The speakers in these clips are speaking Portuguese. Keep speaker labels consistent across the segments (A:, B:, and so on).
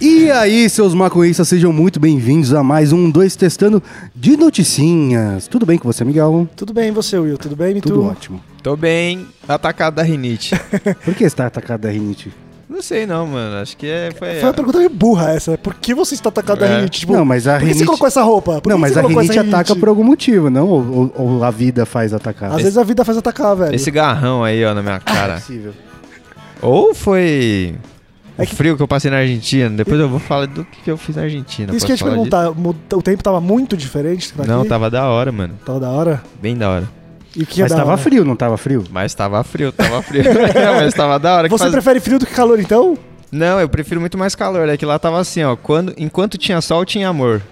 A: E aí, seus maconhistas, sejam muito bem-vindos a mais um dois Testando de Noticinhas. Tudo bem com você, Miguel?
B: Tudo bem, e você, Will? Tudo bem, Mitu?
A: Tudo ótimo.
C: Tô bem atacado da rinite.
A: Por que está atacado da rinite?
C: Não sei não, mano. Acho que é, foi...
B: Foi uma pergunta meio burra essa. né? Por que você está atacado da
C: É.
B: rinite? Tipo,
A: não, mas a
B: por que
A: rinite...
B: você colocou essa roupa? Por
A: Não,
B: que
A: mas
B: você
A: a
B: colocou
A: rinite
B: essa
A: ataca por algum motivo, não? Ou, ou- ou a vida faz atacar?
B: Às vezes a vida faz atacar, velho.
C: Esse garrão aí, ó, na minha
A: É
C: cara.
A: possível.
C: Ou foi
B: É
C: o
B: que-
C: frio que eu passei na Argentina. Depois eu vou falar do que que eu fiz na Argentina.
B: Isso que eu ia
C: Posso
B: te tá
C: falar disso?
B: perguntar. muda- O tempo tava muito diferente daqui?
C: Não, tava da hora, mano.
B: Tava da hora?
C: Bem da hora.
B: E o que é
A: Mas
B: da
A: tava
B: hora?
A: frio, não tava frio?
C: Mas tava frio, tava frio. Mas tava da hora. que
B: Você
C: faz-
B: prefere frio do que calor, então?
C: Não, eu prefiro muito mais calor. É que lá tava assim, ó. Quando... Enquanto tinha sol, tinha amor.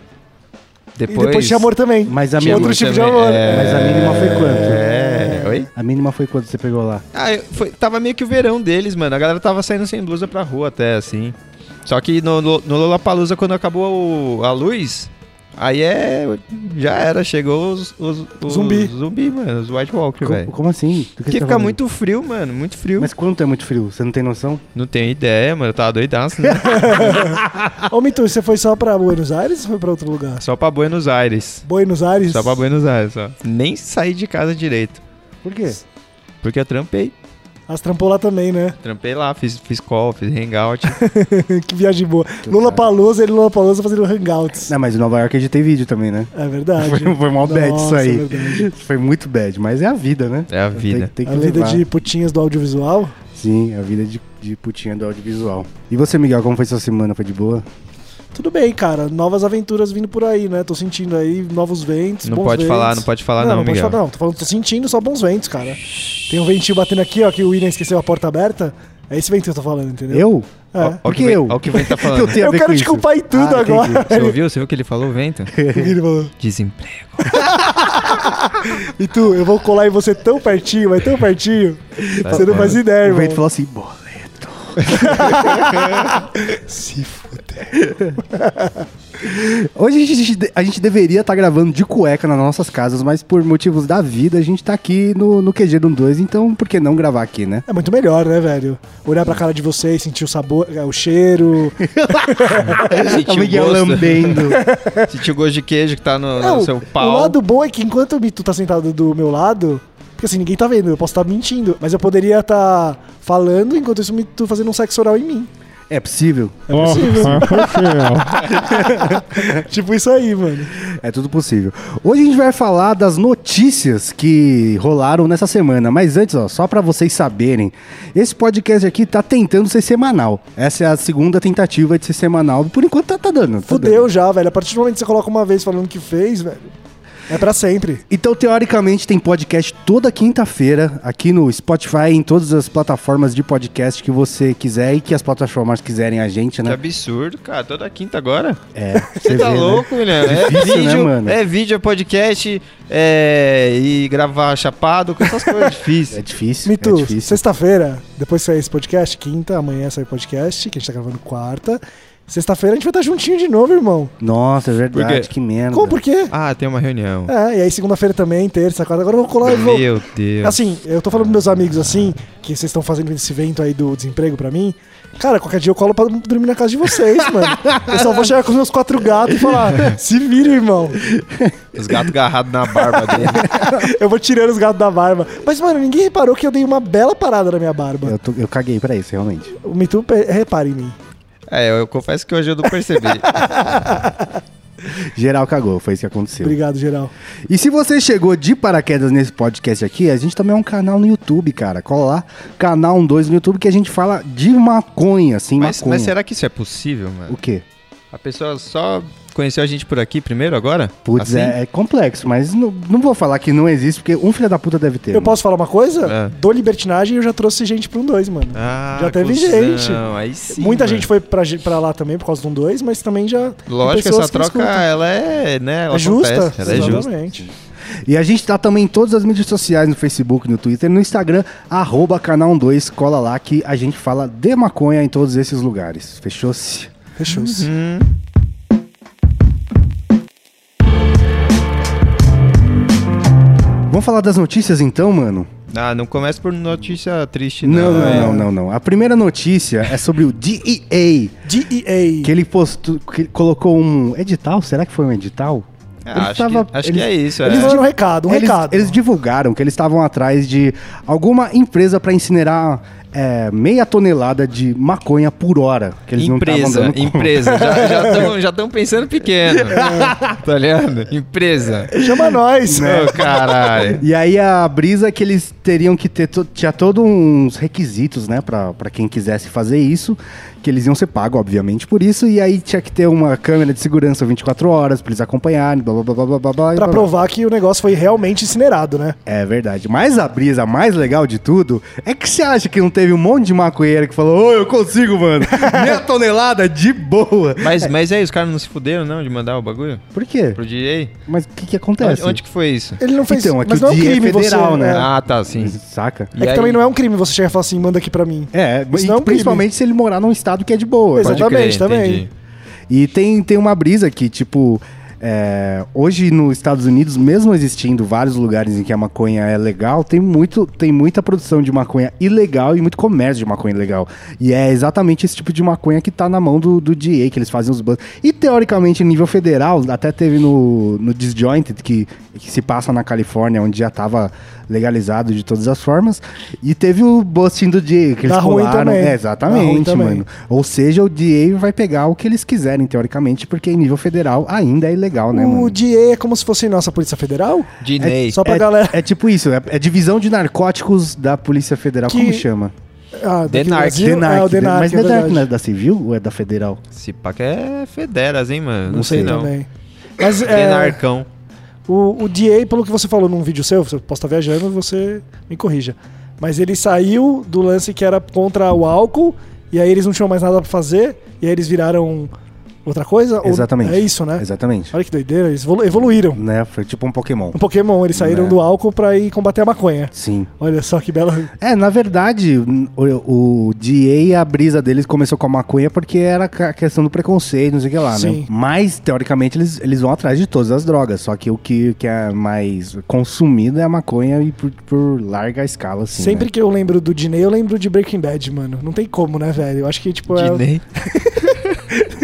C: Depois...
B: E depois tinha amor também.
A: Mas a
C: tinha
A: mínima,
B: outro
C: amor
B: tipo de
C: também.
B: amor.
C: É...
A: Mas a mínima foi quanto?
C: É... Oi?
A: a mínima foi quando você pegou lá.
C: Ah, eu- foi, tava meio que o verão deles, mano. A galera tava saindo sem blusa pra rua até, assim. Só que no, no, no Lollapalooza, quando acabou o- a luz, aí é... Já era, chegou os... os, os
B: Zumbi.
C: Zumbi, mano. Os White Walker,
A: Co-
C: velho.
A: como assim? Do que você
C: Porque
A: tá
C: fica
A: falando?
C: muito frio, mano. Muito frio.
A: Mas quanto é muito frio? Você não tem noção?
C: Não tenho ideia, mano. Eu tava doidaço, né?
B: Ô, Mitu, você foi só pra Buenos Aires ou foi pra outro lugar?
C: Só pra Buenos Aires.
B: Buenos Aires?
C: Só pra Buenos Aires, ó. Nem saí de casa direito.
A: Por quê?
C: Porque eu trampei.
B: As trampou lá também, né?
C: Trampei lá, fiz, fiz call, fiz hangout.
B: que viagem boa. Lula Palusa, ele Lula Palusa fazendo hangouts.
A: Não, mas em Nova York a gente tem vídeo também, né?
B: É verdade.
A: Foi, foi mal bad isso
B: Nossa,
A: aí.
B: é verdade.
A: Foi muito bad, mas é a vida, né?
C: É a vida.
A: Tem, tem que
B: A vida
A: levar.
B: de putinhas do audiovisual?
A: Sim, a vida de, de putinha do audiovisual. E você, Miguel, como foi sua semana? Foi de boa?
B: Tudo bem, cara. Novas aventuras vindo por aí, né? Tô sentindo aí novos ventos.
C: Não
B: bons
C: pode
B: ventos.
C: falar, não pode falar não,
B: não pode
C: Miguel.
B: falar, não. Tô, falando, tô sentindo só bons ventos, cara. Tem um ventinho batendo aqui, ó, que o William esqueceu a porta aberta. É esse vento que eu tô falando, entendeu?
A: Eu?
B: É.
C: Ó, ó o
A: Por que
C: que vem-
A: eu?
C: Ó o que vem tá
A: O que
C: falando.
A: eu tenho a
B: Eu
A: ver
B: quero
A: com
B: te
A: isso?
B: culpar em tudo
A: Ah,
B: agora.
A: entendi.
C: Você ouviu? Você viu o que ele falou, vento?
B: O que ele falou?
C: Desemprego.
B: E tu, eu vou colar em você tão pertinho, mas tão pertinho. você não
C: Tá bom.
B: faz ideia,
A: O vento
B: irmão.
A: falou assim, boleto.
B: Se fuder.
A: Hoje a gente, a gente deveria estar gravando de cueca nas nossas casas, mas por motivos da vida a gente tá aqui no, no QG do 2, então por que não gravar aqui, né?
B: É muito melhor, né, velho? Olhar pra cara de vocês, sentir o sabor, é, o cheiro.
A: É
C: Sentiu
A: o Miguel lambendo.
C: Sentiu o gosto de queijo que tá no, no
B: Não,
C: seu pau.
B: O lado bom é que enquanto o Mito tá sentado do meu lado, porque assim, ninguém tá vendo, eu posso estar mentindo, mas eu poderia estar falando enquanto isso o Mito fazendo um sexo oral em mim.
A: é possível?
B: É
C: Oh,
B: possível.
C: ah,
B: tipo isso aí, mano.
A: É tudo possível. Hoje a gente vai falar das notícias que rolaram nessa semana, mas antes, ó, só pra vocês saberem, esse podcast aqui tá tentando ser semanal. Essa é a segunda tentativa de ser semanal. Por enquanto tá, tá dando. tá
B: Fudeu
A: dando.
B: já, velho. A partir do momento que você coloca uma vez falando que fez, velho, é pra sempre.
A: Então, teoricamente, tem podcast toda quinta-feira aqui no Spotify, em todas as plataformas de podcast que você quiser e que as plataformas quiserem a gente,
C: Que
A: né?
C: absurdo, cara. Toda quinta agora.
A: É,
C: Você tá louco, William? É
A: Difícil, né,
C: vídeo,
A: mano?
C: é vídeo, é podcast, é... e gravar chapado, com essas coisas difíceis.
A: É difícil, é
B: Mito,
A: difícil.
B: sexta-feira, depois que sair esse podcast, quinta, amanhã sai o podcast, que a gente tá gravando quarta. Sexta-feira a gente vai estar juntinho de novo, irmão.
A: Nossa, é
C: Por
A: verdade,
C: quê?
A: que merda.
B: Como? Por quê?
C: Ah, tem uma reunião.
B: É, e aí segunda-feira também, terça, quarta. Agora eu vou colar e vou.
C: Meu Deus.
B: Assim, eu tô falando pros meus amigos assim, que vocês estão fazendo esse vento aí do desemprego pra mim. Cara, qualquer dia eu colo pra dormir na casa de vocês, mano. Eu só vou chegar com os meus quatro gatos e falar: se vira, irmão.
C: Os gatos agarrados na barba dele.
B: Eu vou tirando os gatos da barba. Mas, mano, ninguém reparou que eu dei uma bela parada na minha barba.
A: Eu, tô- eu caguei pra isso, realmente.
B: O Mitu, pe- repara em mim.
C: É, eu, eu confesso que hoje eu não percebi.
A: Geral cagou, foi isso que aconteceu.
B: Obrigado, geral.
A: E se você chegou de paraquedas nesse podcast aqui, a gente também é um canal no YouTube, cara. Cola lá, canal 12 no YouTube, que a gente fala de maconha, assim,
C: mas,
A: maconha.
C: mas será que isso é possível, mano?
A: O quê?
C: A pessoa só conheceu a gente por aqui primeiro agora?
A: Putz,
C: Assim?
A: é, é complexo, mas não, não vou falar que não existe, porque um filho da puta deve ter.
B: Eu posso falar uma coisa?
C: É.
B: Do libertinagem eu já trouxe gente pra um dois, mano.
C: Ah,
B: Já teve
C: cuzão,
B: gente.
C: Aí sim,
B: Muita
C: mano.
B: gente foi pra, ge- pra lá também por causa de um dois, mas também já. tem
C: Lógico,
B: pessoas
C: essa
B: que
C: troca,
B: escutam.
C: ela é, né? Ela
B: É justa.
C: acontece, Ela é justa.
B: Exatamente.
A: E a gente tá também em todas as mídias sociais, no Facebook, no Twitter, no Instagram, arroba canal 12, cola lá que a gente fala de maconha em todos esses lugares. Fechou-se?
B: Fechou-se.
A: Vamos falar das notícias então, mano?
C: Ah, não começa por notícia triste,
A: Não,
C: não.
A: não,
C: é.
A: não, não, não. A primeira notícia é sobre o DEA,
B: DEA.
A: que ele postou, que ele colocou um edital, será que foi um edital?
C: Ah,
A: Ele
C: acho,
A: tava-
C: que, acho
A: ele-
C: que é isso.
B: Eles
C: é.
B: deram um recado, um
A: eles,
B: recado.
A: eles divulgaram que eles estavam atrás de alguma empresa para incinerar é, meia tonelada de maconha por hora. Que eles não
C: empresa,
A: estavam dando conta.
C: empresa. já- já estão já tão pensando pequeno. tá ligado? Empresa.
B: Chama nós.
A: Né? É.
C: Ô, caralho.
A: E aí a brisa é que eles teriam que ter to- tinha todos uns requisitos, né, Pra pra quem quisesse fazer isso, que eles iam ser pagos, obviamente, por isso, e aí tinha que ter uma câmera de segurança 24 horas pra eles acompanharem, blá blá blá blá blá blá, blá. e blá,
B: Pra
A: blá.
B: provar que o negócio foi realmente incinerado, né?
A: É verdade. Mas a brisa mais legal de tudo é que você acha que não teve um monte de maconheiro que falou: "Ô, eu consigo, mano. Minha tonelada de boa".
C: Mas, mas aí, os caras não se fuderam, não, de mandar o bagulho?
A: Por quê?
C: Pro DJ?
A: Mas o que que
C: Onde,
A: acontece?
C: onde que foi isso?
B: É, Ele não fez
A: Então, é que
B: mas
A: o
B: não é um
A: DEA é
B: crime
A: federal,
B: você,
A: né?
B: é.
C: Ah, tá, sim.
A: Saca?
B: É que
C: E
B: também
C: aí?
B: não é um crime você chegar e falar assim, manda aqui pra mim.
A: É,
B: Isso
A: e
B: não é um crime.
A: principalmente se ele morar num estado que é de boa.
B: Exato.
C: Pode
B: Exatamente,
C: crer,
B: também.
C: entendi.
A: E tem, tem uma brisa que, tipo, é, hoje nos Estados Unidos, mesmo existindo vários lugares em que a maconha é legal, tem, muito, tem muita produção de maconha ilegal e muito comércio de maconha ilegal. E é exatamente esse tipo de maconha que tá na mão do, do DA, que eles fazem os bans. E teoricamente, em nível federal, até teve no, no Disjointed, que, que se passa na Califórnia, onde já tava legalizado de todas as formas. E teve o busting do DA, que eles
B: Tá ruim
A: rolaram.
B: também.
A: É,
B: Tá ruim
A: exatamente,
B: também.
A: mano. Ou seja, o DA vai pegar o que eles quiserem, teoricamente, porque em nível federal ainda é ilegal, né,
B: o
A: mano?
B: DEA é como se fosse nossa Polícia Federal?
C: Dinei.
B: Só pra
A: é,
B: galera.
A: é tipo isso, é, é divisão de narcóticos da Polícia Federal,
B: Que-
A: como chama?
B: Ah, daqui do
C: Denarc,
B: Brasil? É, o Denarc,
A: mas
B: é
A: não
B: verdade.
A: Denarc não é da Civil ou é da Federal?
C: Esse paca é federas, hein, mano? Não,
B: Não sei
C: não.
B: também. Mas
C: Tem
B: é,
C: narcão.
B: o, o DA, pelo que você falou num vídeo seu, você posso estar viajando, você me corrija. Mas ele saiu do lance que era contra o álcool, e aí eles não tinham mais nada pra fazer, e aí eles viraram outra coisa? Ou-
A: Exatamente.
B: É isso, né?
A: Exatamente.
B: Olha que doideira, eles evolu- evoluíram.
A: Né? Foi tipo um Pokémon.
B: Um Pokémon, eles saíram
A: Né?
B: do álcool pra ir combater a maconha.
A: Sim.
B: Olha só que bela.
A: É, na verdade, o, o DA, a brisa deles começou com a maconha porque era a questão do preconceito, não sei o que lá, né?
B: Sim.
A: Mas, teoricamente, eles, eles vão atrás de todas as drogas. Só que o que, que é mais consumido é a maconha e por, por larga escala, assim.
B: Sempre
A: né?
B: que eu lembro do Diney, eu lembro de Breaking Bad, mano. Não tem como, né, velho? Eu acho que, tipo, é.
C: Dinei.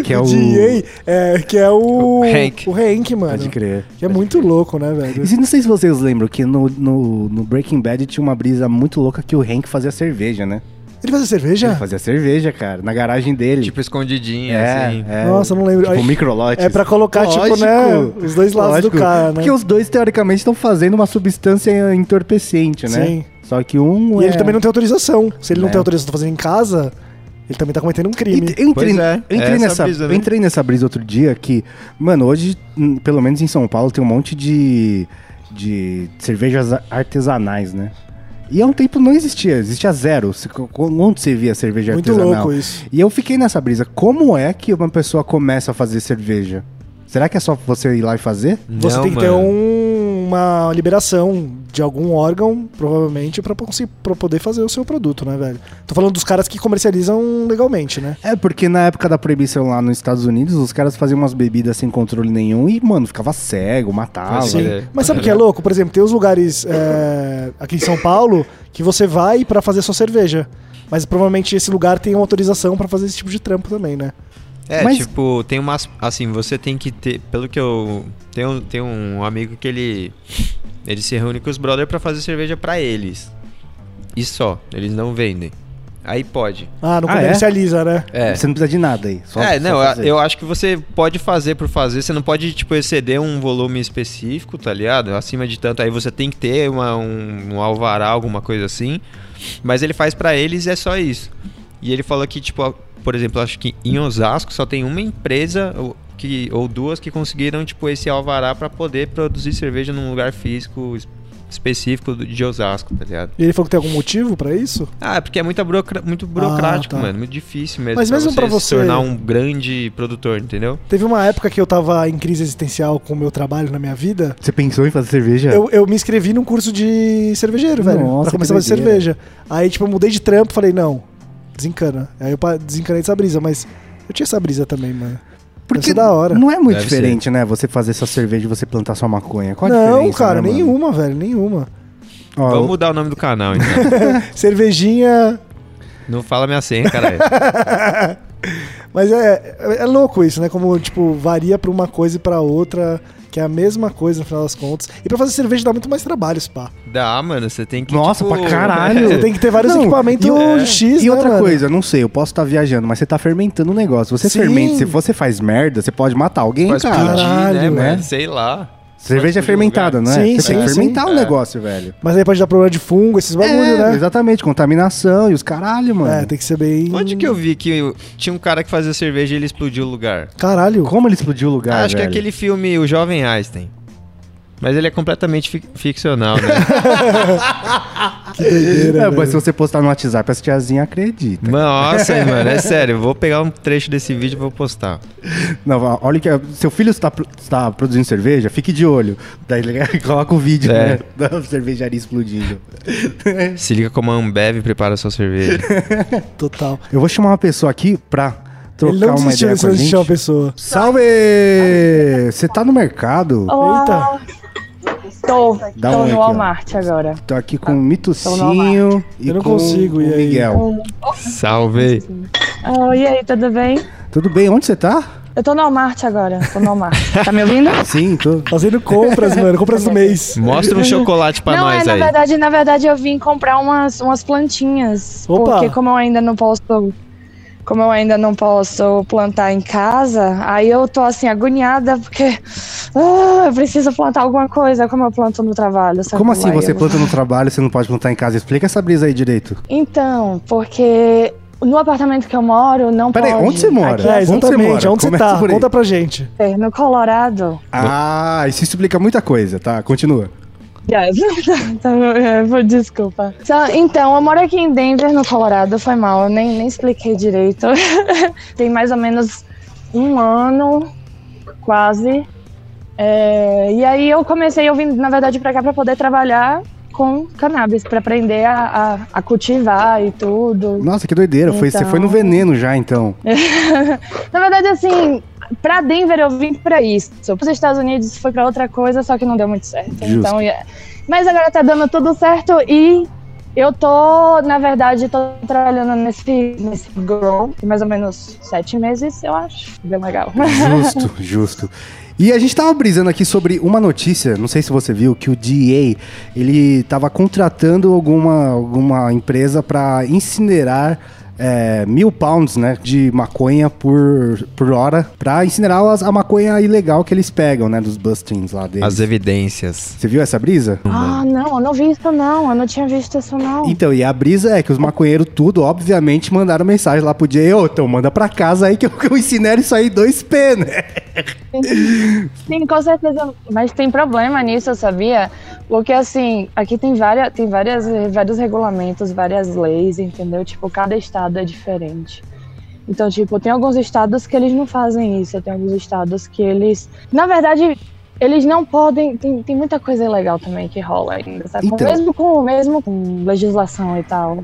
A: que é o.
B: DA, é, que é o.
C: O Hank.
B: O Hank, mano.
A: Pode crer.
B: Que é muito louco, né, velho?
A: E se- não sei se vocês lembram que no, no, no Breaking Bad tinha uma brisa muito louca que o Hank fazia cerveja, né?
B: Ele fazia cerveja?
A: Ele fazia cerveja, cara, na garagem dele.
C: Tipo escondidinho, assim.
A: é,
B: Nossa, eu não lembro.
A: Tipo,
B: Aí-
A: microlotes.
B: É pra colocar, tipo, né,
A: Lógico.
B: os dois lados
A: Lógico,
B: do cara, né?
A: Porque os dois, teoricamente, estão fazendo uma substância entorpecente, né?
B: Sim.
A: Só que um
B: E
A: é...
B: ele também não tem autorização. Se ele não
A: Né?
B: tem autorização pra fazer em casa, ele também tá cometendo um crime.
A: Ent- eu entrei,
C: Pois é,
A: eu entrei
C: é essa
A: nessa,
C: brisa,
A: eu
C: né?
A: entrei nessa brisa outro dia que, mano, hoje, hum, pelo menos em São Paulo, tem um monte de, de cervejas a- artesanais, né? E há um tempo não existia, existia zero. Se- co- Onde você via cerveja
B: Muito
A: artesanal?
B: louco isso.
A: E eu fiquei nessa brisa. Como é que uma pessoa começa a fazer cerveja? Será que é só você ir lá e fazer?
B: Você
C: Não,
B: tem que ter
C: mano.
B: um- uma liberação de algum órgão, provavelmente, pra, consi- pra poder fazer o seu produto, né, velho? Tô falando dos caras que comercializam legalmente, né?
A: É, porque na época da proibição lá nos Estados Unidos, os caras faziam umas bebidas sem controle nenhum e, mano, ficava cego, matava.
C: Pode crer.
B: Mas sabe o que é louco? Por exemplo, tem os lugares é, aqui em São Paulo que você vai pra fazer sua cerveja. Mas provavelmente esse lugar tem uma autorização pra fazer esse tipo de trampo também, né?
C: É,
A: Mas-
C: tipo, tem umas. Assim, você tem que ter. Pelo que eu. Tem um, tem um amigo que ele. Ele se reúne com os brothers pra fazer cerveja pra eles. E só. Eles não vendem. Aí pode.
B: Ah, não
A: Ah, é?
B: comercializa, né?
C: É.
A: Você não precisa de nada aí. Só,
C: é,
A: só
C: não,
A: fazer.
C: eu acho que você pode fazer por fazer, você não pode, tipo, exceder um volume específico, tá ligado? Acima de tanto, aí você tem que ter uma- um, um alvará, alguma coisa assim, mas ele faz pra eles e é só isso. E ele falou que, tipo, a- por exemplo, acho que em Osasco só tem uma empresa ou, que, ou duas que conseguiram, tipo, esse alvará pra poder produzir cerveja num lugar físico es- específico do- de Osasco, tá ligado?
B: E ele falou que tem algum motivo pra isso?
C: Ah, é porque é muita burocra- muito burocrático,
B: tá.
C: mano. Muito difícil mesmo.
B: Mas mesmo pra
C: se
B: você-
C: tornar um grande produtor, entendeu?
B: Teve uma época que eu tava em crise existencial com o meu trabalho na minha vida.
A: Você pensou em fazer cerveja?
B: Eu, eu me inscrevi num curso de cervejeiro, velho.
A: É. Nossa,
B: pra começar
A: que
B: a fazer
A: doideira.
B: cerveja. Aí, tipo, eu mudei de trampo, falei, não, desencana. Aí eu pa- desencanei dessa brisa, mas eu tinha essa brisa também, mano. Deve ser da hora.
A: não é muito
C: Deve
A: diferente, né? Você fazer sua cerveja e você plantar sua maconha. Qual a
B: não,
A: diferença,
B: cara,
A: né, mano?
B: nenhuma, velho, nenhuma.
A: Ó,
C: Vamos mudar o nome do canal, então.
B: Cervejinha.
C: Não fala minha senha, caralho.
B: Mas é, é, é louco isso, né? Como, tipo, varia pra uma coisa e pra outra, que é a mesma coisa no final das contas. E pra fazer cerveja dá muito mais trabalho, spa.
C: Dá, mano, você tem que.
A: Nossa,
C: tipo,
A: pra caralho.
C: é,
B: Tem que ter vários
A: Não,
B: equipamentos
A: e
C: o-
B: X,
A: E
B: né,
A: outra
B: mano?
A: coisa, eu não sei, eu posso estar viajando, mas você tá fermentando um negócio. Você
B: Sim.
A: fermenta, se você faz merda, você pode matar alguém,
C: Faz
A: cara.
C: explodir, né,
B: Caralho,
A: né?
C: mano? Sei lá.
A: Cerveja é
C: Faz explodir o
A: fermentada, não é?
B: Sim,
A: você tem
B: sim,
A: que
B: sim.
A: fermentar o
C: É.
A: negócio, velho.
B: Mas aí pode dar problema de fungo, esses bagulho,
A: É,
B: né?
A: Exatamente, contaminação e os caralho, mano.
B: É, tem que ser bem.
C: Onde que eu vi que eu- tinha um cara que fazia cerveja e ele explodiu o lugar?
B: Caralho.
A: Como ele explodiu o lugar,
C: Ah, acho
A: velho?
C: que é aquele filme O Jovem Einstein. Mas ele é completamente fic- ficcional, né?
A: É, mas se você postar no WhatsApp, as tiazinha acredita.
C: Nossa, hein, mano, é sério. eu Vou pegar um trecho desse vídeo e vou postar.
A: Não, ó, olha que seu filho está, pro- está produzindo cerveja, fique de olho. Daí ele coloca o vídeo,
C: É.
A: né? Da cervejaria explodindo.
C: Se liga como a Ambev e prepara sua cerveja.
B: Total.
A: Eu vou chamar uma pessoa aqui pra trocar
B: Ele não
A: uma
B: desistiu
A: ideia
B: antes
A: com a
B: de
A: gente.
B: chamar a pessoa.
A: Salve! Você tá no mercado?
D: Olá. Tô,
A: Dá um
D: tô
A: aqui,
D: no
A: ó.
D: Walmart agora.
A: Tô aqui com o Mitocinho e
B: Eu não
A: com
B: consigo,
A: o
B: e aí?
A: Miguel.
C: Salve!
D: Oh, e aí, tudo bem?
A: Tudo bem? Onde você tá?
D: Eu tô no Walmart agora. Tô no Walmart. Tá me ouvindo?
A: Sim, tô.
B: Fazendo compras, mano. Compras do mês.
C: Mostra um chocolate pra
D: não,
C: nós
D: é,
C: aí.
D: na verdade, na verdade eu vim comprar umas, umas plantinhas.
B: Opa.
D: Porque como eu ainda não posso. Como eu ainda não posso plantar em casa, aí eu tô assim, agoniada, porque ah, eu preciso plantar alguma coisa, como eu planto no trabalho. sabe
A: Como
D: lá?
A: assim você
D: Tá Eu-
A: planta no trabalho, você não pode plantar em casa? Explica essa brisa aí direito.
D: Então, porque no apartamento que eu moro, não
A: Peraí,
D: pode.
A: onde você mora?
D: aqui
B: É,
A: Onde você
B: exatamente.
A: mora?
B: Onde você
A: Começa
B: tá?
A: por aí.
B: Conta pra gente.
D: É, No Colorado.
A: Ah, isso explica muita coisa, tá? Continua.
D: Yes. Então, é, foi- Desculpa. Só- Então, eu moro aqui em Denver, no Colorado. Foi mal, eu nem, nem expliquei direito. Tem mais ou menos um ano, quase. É, e aí eu comecei, eu vim, na verdade, pra cá pra poder trabalhar com cannabis, pra aprender a, a- a cultivar e tudo.
A: Nossa, que doideira. Foi, Você
D: Então-
A: foi no veneno já, então.
D: Na verdade, assim, pra Denver eu vim pra isso. Pros Estados Unidos foi pra outra coisa, só que não deu muito certo.
A: Justo.
D: Então, yeah. Mas agora tá dando tudo certo e eu tô, na verdade, tô trabalhando nesse, nesse grow, tem mais ou menos sete meses, eu acho. Bem legal.
A: Justo, justo. E a gente tava brisando aqui sobre uma notícia, não sei se você viu, que o DA, ele tava contratando alguma, alguma empresa para incinerar é, mil pounds, né, de maconha por, por hora, para incinerar as- a maconha ilegal que eles pegam, né, dos bustings lá deles.
C: As evidências.
A: Você viu essa brisa?
D: ah, não, eu não vi isso não, eu não tinha visto isso não.
A: Então, e a brisa é que os maconheiros tudo, obviamente, mandaram mensagem lá pro DA, ô, então manda pra casa aí que eu, que eu incinero isso aí 2P, né?
D: Sim, com certeza. Mas tem problema nisso, sabia? Porque assim, aqui tem várias, tem várias, vários regulamentos, várias leis, entendeu? Tipo, cada estado é diferente. Então, tipo, tem alguns estados que eles não fazem isso, tem alguns estados que eles, na verdade, eles não podem. Tem, tem muita coisa ilegal também que rola ainda, sabe?
A: Então.
D: Mesmo com mesmo com legislação e tal,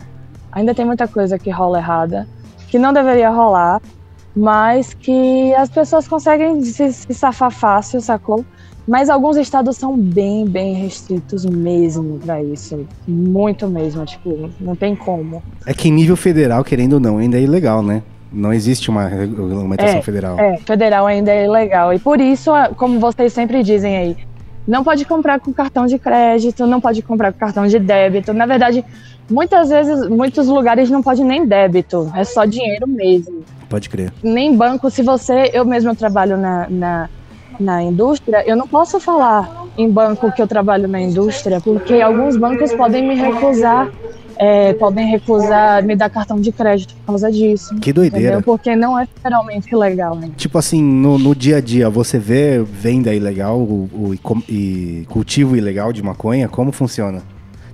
D: ainda tem muita coisa que rola errada, que não deveria rolar mas que as pessoas conseguem se, se safar fácil, sacou? Mas alguns estados são bem, bem restritos mesmo pra isso. Muito mesmo, tipo, não tem como.
A: É que em nível federal, querendo ou não, ainda é ilegal, né? Não existe uma regulamentação
D: É,
A: federal.
D: É, federal ainda é ilegal. E por isso, é, como vocês sempre dizem aí, não pode comprar com cartão de crédito, não pode comprar com cartão de débito. Na verdade, muitas vezes, muitos lugares não pode nem débito, é só dinheiro mesmo.
A: Pode crer.
D: nem banco, se você, eu mesmo trabalho na, na, na indústria, eu não posso falar em banco que eu trabalho na indústria, porque alguns bancos podem me recusar, é, podem recusar me dar cartão de crédito por causa disso.
A: Que doideira.
D: Entendeu? Porque não é federalmente legal, né?
A: Tipo assim, no, no dia a dia, você vê venda ilegal o, o- e, com- e cultivo ilegal de maconha? Como funciona?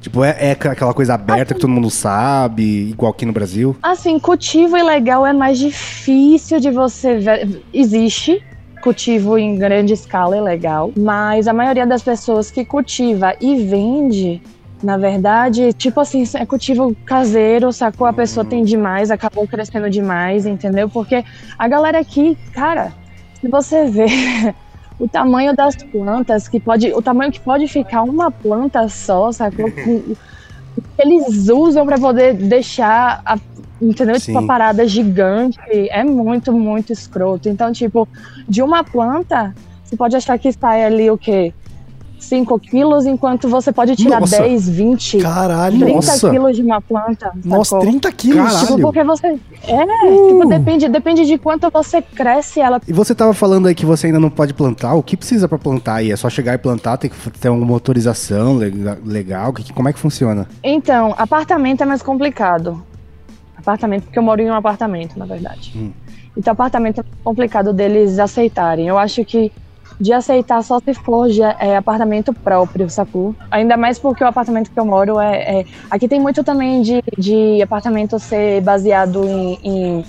A: Tipo, é, é ca- aquela coisa aberta que todo mundo sabe, igual aqui no Brasil?
D: Assim, cultivo ilegal é mais difícil de você ver. Existe cultivo em grande escala ilegal, mas a maioria das pessoas que cultiva e vende, na verdade, tipo assim, é cultivo caseiro, sacou? A pessoa tem demais, acabou crescendo demais, entendeu? Porque a galera aqui, cara, se você vê o tamanho das plantas, que pode, o tamanho que pode ficar uma planta só, sacou? Com- o que eles usam para poder deixar a, entendeu?
A: Sim.
D: Tipo, a parada gigante. É muito, muito escroto. Então, tipo, de uma planta, você pode achar que sai ali o quê? 5 quilos, enquanto você pode tirar
A: Nossa.
D: 10, 20,
B: Caralho.
D: 30
A: Nossa.
D: quilos tá de uma planta.
B: Nossa,
D: sacou?
B: 30 quilos.
A: Caralho. Uh.
D: Tipo, porque você. É, tipo, depende, depende de quanto você cresce ela.
A: E você tava falando aí que você ainda não pode plantar. O que precisa pra plantar aí? É só chegar e plantar? Tem que f- ter uma autorização lega- legal? Que- que- Como é que funciona?
D: Então, apartamento é mais complicado. Apartamento, porque eu moro em um apartamento, na verdade.
A: Hum.
D: Então, apartamento é complicado deles aceitarem. Eu acho que de aceitar só se for já, é, apartamento próprio, sacou? Ainda mais porque o apartamento que eu moro é. é- Aqui tem muito também de, de apartamento ser baseado em- em,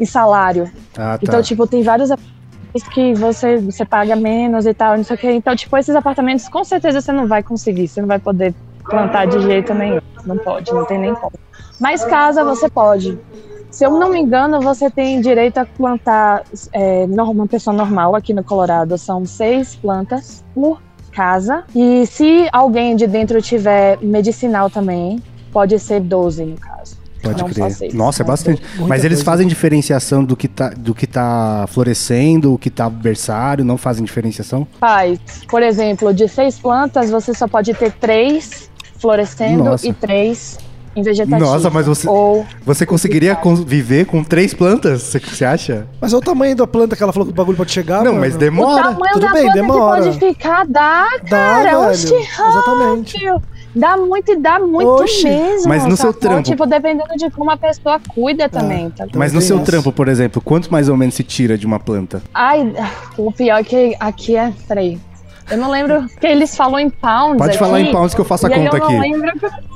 D: em salário.
A: Ah, tá.
D: Então, tipo, tem vários apartamentos que você, você paga menos e tal, não sei o quê. Então, tipo, esses apartamentos com certeza você não vai conseguir, você não vai poder plantar de jeito nenhum. Não pode, não tem nem como. Mas casa você pode. Se eu não me engano, você tem direito a plantar é, nor- uma pessoa normal aqui no Colorado. São seis plantas por casa. E se alguém de dentro tiver medicinal também, pode ser 12 no caso.
A: Pode
D: não
A: crer.
D: só seis,
A: Nossa, é
D: né?
A: bastante.
B: Muita
A: Mas eles
B: coisa.
A: fazem diferenciação do que, tá, do que tá florescendo, o que tá berçário, não fazem diferenciação?
D: Faz. Por exemplo, de seis plantas, você só pode ter três florescendo
A: Nossa.
D: e três em vegetação.
A: Nossa, mas você-
D: Ou
A: Você conseguiria con- viver com três plantas? Você- Você acha?
B: Mas olha o tamanho da planta que ela falou que o bagulho pode chegar.
A: não,
B: mano.
A: mas
D: o
A: demora.
D: tamanho
B: tudo
D: da
B: bem,
D: planta
B: demora.
D: que pode ficar dá,
B: Dá,
D: cara. é um
B: velho.
D: Oxi,
B: Exatamente.
D: rápido. Dá muito e dá muito
B: Oxi.
D: mesmo.
A: Mas no seu
D: sacou?
A: trampo-
D: Tipo, dependendo de como a pessoa cuida também. Tá
A: Mas no
B: Tem
A: seu
B: isso.
A: trampo, por exemplo, quanto mais ou menos se tira de uma planta?
D: Ai, o pior é que aqui é. Peraí. Eu não lembro que eles falam em pounds.
A: Pode falar em
D: aqui.
A: pounds que eu faço a
D: é, E aí
A: conta
D: eu não é
A: aqui.
D: lembro.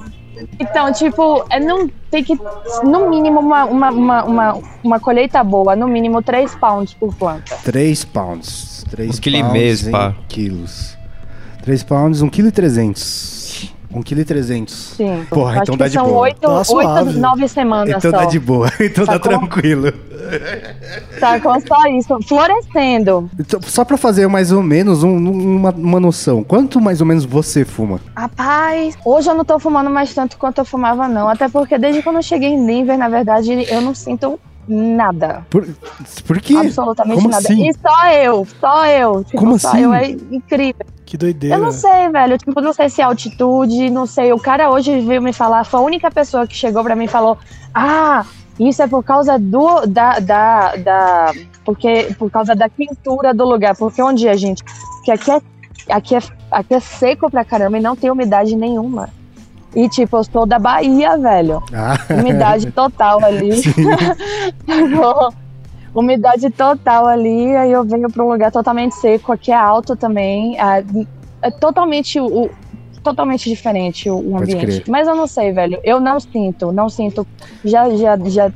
D: Então, tipo, é não tem que, no mínimo, uma, uma, uma, uma, uma colheita boa, no mínimo 3 pounds por planta.
A: Três pounds. Três
C: Um quilo e
A: pounds
C: meio,
A: em
C: pá.
A: quilos. Três pounds, um quilo e trezentos. Um quilo e trezentos.
D: Sim.
A: Porra,
D: Acho
A: então
D: que
A: dá de
D: são
A: boa.
D: oito
B: Tá suave.
D: oito nove semanas
A: Então
D: só.
A: dá de boa, então dá
D: Sacou?
A: tranquilo.
D: Sacou? Tá, Só isso, florescendo.
A: Então, só pra fazer mais ou menos um- um- uma, uma noção, quanto mais ou menos você fuma?
D: Rapaz, hoje eu não tô fumando mais tanto quanto eu fumava, não. Até porque desde quando eu cheguei em Denver, na verdade, eu não sinto nada.
A: Por, por quê?
D: Absolutamente
A: Como
D: nada.
A: assim?
D: E só eu, só eu. Tipo,
A: Como
D: só
A: assim?
D: eu. É incrível.
B: Que doideira.
D: Eu não sei, velho. Tipo, não sei se é altitude, não sei. O cara hoje veio me falar, foi a única pessoa que chegou pra mim e falou: Ah, isso é por causa do. da. da. da porque, por causa da quintura do lugar. Porque onde é, gente? Porque aqui é, aqui, é, aqui é seco pra caramba e não tem umidade nenhuma. E, tipo, eu sou da Bahia, velho.
A: Ah,
D: Umidade total ali. Umidade total ali, aí eu venho para um lugar totalmente seco, aqui é alto também. É, é totalmente o. o- Totalmente diferente o, o
A: Pode
D: ambiente.
A: crer.
D: Mas eu não sei, velho. Eu não sinto, não sinto. Já, já, já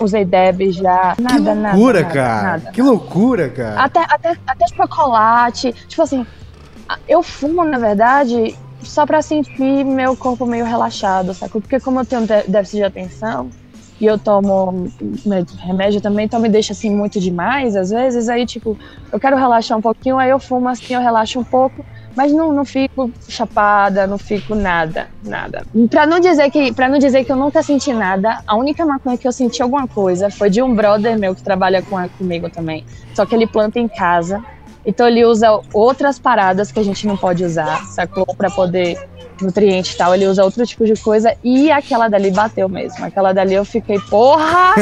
D: usei Deb, já. Nada,
A: que
D: nada,
A: loucura,
D: nada,
A: cara.
D: nada.
A: Que loucura, cara.
D: Até, até, até chocolate. Tipo assim, a- eu fumo, na verdade, só pra sentir meu corpo meio relaxado, sacou? Porque como eu tenho dé- déficit de atenção e eu tomo me- remédio também, então me deixa assim muito demais às vezes. Aí, tipo, eu quero relaxar um pouquinho, aí eu fumo assim, eu relaxo um pouco. Mas não, não fico chapada, não fico nada, nada. Pra não dizer que, para não dizer que eu nunca senti nada, a única maconha que eu senti alguma coisa foi de um brother meu que trabalha com a- comigo também. Só que ele planta em casa. Então ele usa outras paradas que a gente não pode usar, sacou? Pra poder nutriente e tal. Ele usa outro tipo de coisa. E aquela dali bateu mesmo. Aquela dali eu fiquei, porra!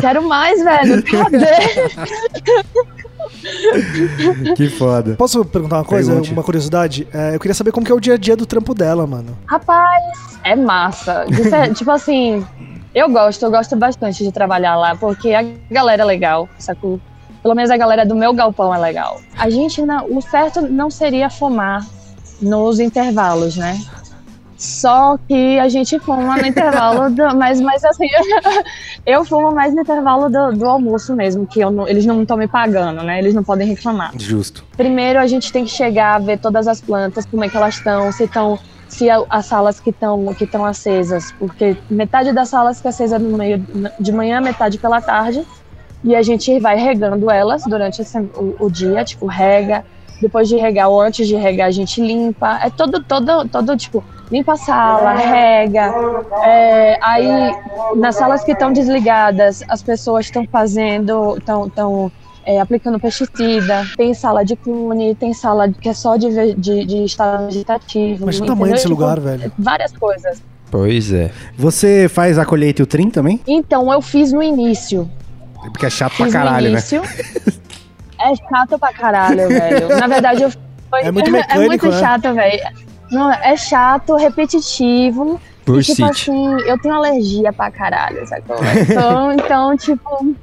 D: Quero mais, velho. Cadê?
A: Que foda.
B: Posso perguntar uma coisa?
A: Pergunte.
B: Uma curiosidade? É, eu queria saber como que é o dia a dia do trampo dela, mano.
D: Rapaz, é massa. Isso é, tipo assim, eu gosto, eu gosto bastante de trabalhar lá, porque a galera é legal, sacou? Pelo menos a galera do meu galpão é legal. A gente, não, o certo não seria fumar nos intervalos, né? Só que a gente fuma no intervalo, do, mas, mas assim, eu fumo mais no intervalo do, do almoço mesmo, que eu não- eles não estão me pagando, né? Eles não podem reclamar.
A: Justo.
D: Primeiro a gente tem que chegar, ver todas as plantas, como é que elas estão, se estão se a- as salas que estão que estão acesas, porque metade das salas que acesa no meio de manhã, metade pela tarde, e a gente vai regando elas durante a sem- o, o dia, tipo rega, Depois de regar ou antes de regar, a gente limpa. É todo, todo, todo tipo, limpa a sala, rega. É, aí, nas salas que estão desligadas, as pessoas estão fazendo, estão tão, é, aplicando pesticida. Tem sala de cune, tem sala que é só de, ve- de, de estado vegetativo.
B: Mas o
D: entendeu?
B: tamanho desse
D: Tipo,
B: lugar, velho.
D: Várias coisas.
C: Pois é.
A: Você faz a colheita e o trim também?
D: Então, eu fiz no início.
A: Porque é chato pra
D: Fiz
A: caralho,
D: no
A: né?
D: início. É chato pra caralho, velho. Na verdade, eu foi-
B: É muito
D: é
B: mecânico,
D: muito
B: né?
D: chato, velho. Não, é chato, repetitivo.
C: Por
D: e, tipo
C: City.
D: assim, eu tenho alergia pra caralho, sacou? Então, então tipo,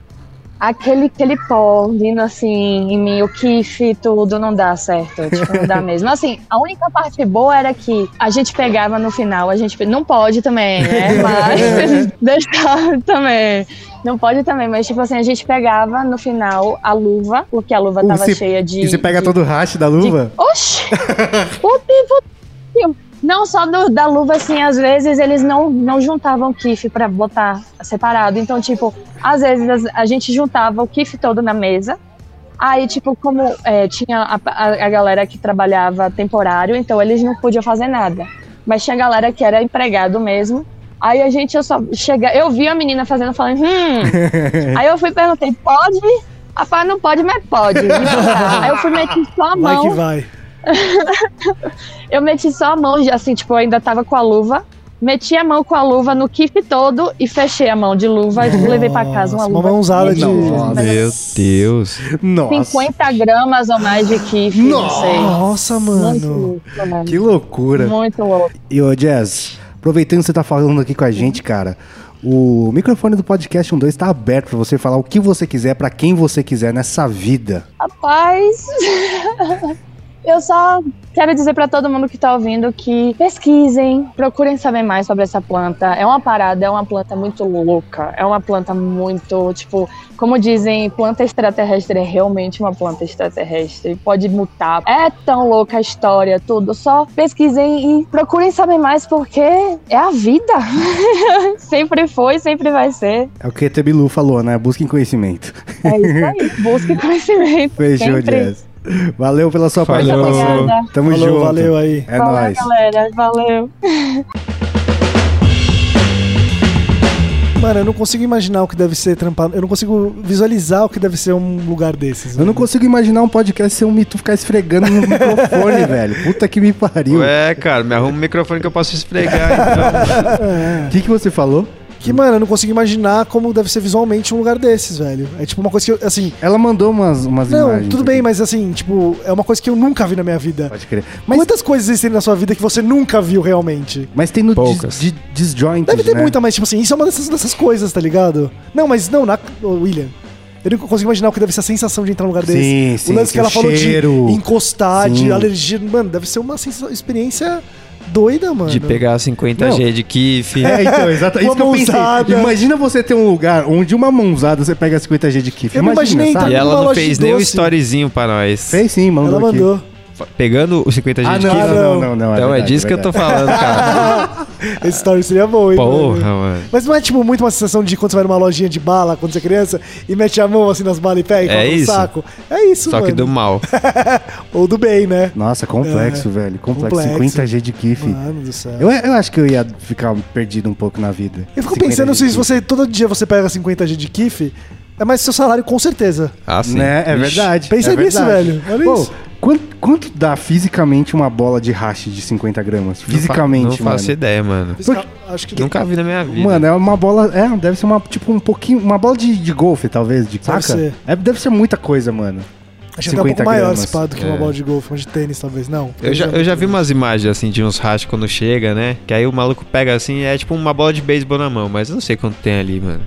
D: aquele, aquele pó vindo assim em mim, o kiff, tudo, não dá certo. Tipo, não dá mesmo. Assim, a única parte boa era que a gente pegava no final, a gente. pe- Não pode também, né? Mas deixava também. Não pode também, mas tipo assim, a gente pegava no final a luva, porque a luva
A: Uh,
D: tava
A: se-
D: cheia de.
A: E você pega
D: de
A: todo o raste da luva?
D: Oxi! o pivo. Não só do- da luva, assim, às vezes eles não, não juntavam kiff pra botar separado. Então, tipo, às vezes as- a gente juntava o kiff todo na mesa. Aí, tipo, como é, tinha a, a- a galera que trabalhava temporário, então eles não podiam fazer nada. Mas tinha galera que era empregado mesmo. Aí a gente, eu só chega, eu vi a menina fazendo, falando, hum. Aí eu fui e perguntei, pode? Rapaz, não pode, mas pode. Aí eu fui meter só a
B: Vai
D: mão.
B: que vai.
D: Eu meti só a mão, já, assim, tipo, eu ainda tava com a luva. Meti a mão com a luva no kiff todo e fechei a mão de luva e levei pra casa uma
B: Nossa,
D: luva.
B: mãozada de-
A: Nossa.
C: Meu Deus.
A: Nossa.
D: 50 gramas ou mais de kiff, não
A: Nossa,
D: sei.
B: Nossa, mano.
D: Muito louco, mano.
A: Que loucura.
D: Muito louco.
A: E ô, Jazz, aproveitando que você tá falando aqui com a gente, cara, o microfone do podcast 12 tá aberto pra você falar o que você quiser, pra quem você quiser nessa vida.
D: Rapaz, eu só quero dizer pra todo mundo que tá ouvindo que pesquisem, procurem saber mais sobre essa planta. É uma parada, é uma planta muito louca, é uma planta muito, tipo, como dizem, planta extraterrestre é realmente uma planta extraterrestre, pode mutar. É tão louca a história, tudo. Só pesquisem e procurem saber mais porque é a vida. sempre foi, sempre vai ser.
A: É o que a Bilu falou, né? Busquem conhecimento.
D: É isso aí. Busque conhecimento.
A: Fechou,
D: sempre.
A: Jazz. Valeu pela sua
C: Falou.
A: participação.
D: Obrigada.
A: Tamo
B: Falou,
A: junto.
B: valeu aí.
A: É
D: Valeu,
A: nóis.
D: galera. Valeu.
B: Mano, eu não consigo imaginar o que deve ser trampar. Eu não consigo visualizar o que deve ser um lugar desses.
A: Eu não
B: mano.
A: consigo imaginar um podcast sem um mito ficar esfregando no microfone, velho. Puta que me pariu. O
C: Ué, cara, me arruma um microfone que eu posso esfregar. Então.
A: que, que você falou?
B: Que, mano, eu não consigo imaginar como deve ser visualmente um lugar desses, velho. É tipo uma coisa que eu, assim.
A: Ela mandou umas, umas
B: Não,
A: imagens.
B: tudo
A: aqui.
B: bem, mas assim, tipo, é uma coisa que eu nunca vi na minha vida.
A: Pode crer. Mas,
B: Quantas coisas existem na sua vida que você nunca viu realmente?
A: mas tem no
C: Poucas.
A: dis, di- Disjointed,
B: Deve ter
A: né?
B: muita, mas tipo assim, isso é uma dessas, dessas coisas, tá ligado? Não, mas não, na. Ô, William. Eu não consigo imaginar o que deve ser a sensação de entrar num lugar
A: Sim,
B: desse.
A: sim,
B: o lance que
A: tem o
B: ela falou
A: cheiro.
B: de encostar,
A: Sim.
B: de alergia. Mano, deve ser uma sensação, experiência doida, mano.
C: De pegar 50 G de kiff.
A: É, então, exatamente isso que eu
B: Uma
A: pensei.
B: mãozada.
A: Imagina você ter um lugar onde uma mãozada você pega 50G de kiff.
B: Eu não
A: Imagina,
B: imaginei,
A: sabe?
C: E ela
B: Uma
C: não
B: loja
C: fez
B: de
C: nem um
B: doce.
C: storyzinho pra nós.
A: Fez sim, mandou
B: Ela
A: aqui.
B: mandou.
C: Pegando o 50 G
A: Ah,
C: de
A: não,
C: kiff.
A: não, não, não, não.
C: Então é,
A: verdade,
C: disso que eu tô
A: verdade.
C: falando, cara.
B: Esse story seria bom, hein?
C: Porra,
B: mano?
C: mano.
B: Mas não é tipo muito uma sensação de quando você vai numa lojinha de bala quando você é criança e mete a mão assim nas balas e pega e
C: É
B: coloca no
C: isso.
B: saco? É isso,
C: Só
B: mano.
C: que do mal.
B: Ou do bem, né?
A: Nossa, complexo,
B: É,
A: velho. Complexo.
B: complexo. Ah.
A: 50G de kiff.
B: Mano do céu. Eu,
A: Eu, eu acho que eu ia ficar perdido um pouco na vida.
B: fico pensando
A: 50G
B: se
A: de kiff.
B: você todo dia você pega 50 G de kiff, é mais seu salário com certeza.
C: Ah, sim.
A: Né? É
C: Ixi.
A: verdade.
B: Pensa
A: é
B: nisso,
A: verdade.
B: velho. Olha
A: Pô,
B: isso.
A: Quanto, quanto dá fisicamente uma bola de hash de 50 gramas?
C: Não fa-
A: Fisicamente,
C: Não
A: mano.
C: faço ideia, mano.
B: Fiscal- Acho que
C: Nunca vi na minha vida.
A: Mano, é uma bola. É, deve ser uma, tipo, um pouquinho. Uma bola de, de golfe, talvez, de
B: Deve
A: saca?
B: ser.
A: É, deve ser muita coisa, mano.
B: acho que até um
A: 50
B: pouco maior
A: gramas.
B: esse pá do que uma
C: É.
B: bola de golfe, uma de tênis, talvez. Não.
C: Eu já, eu já vi umas imagens assim de uns rachos quando chega, né? Que aí o maluco pega assim, é tipo uma bola de beisebol na mão, mas eu não sei quanto tem ali, mano.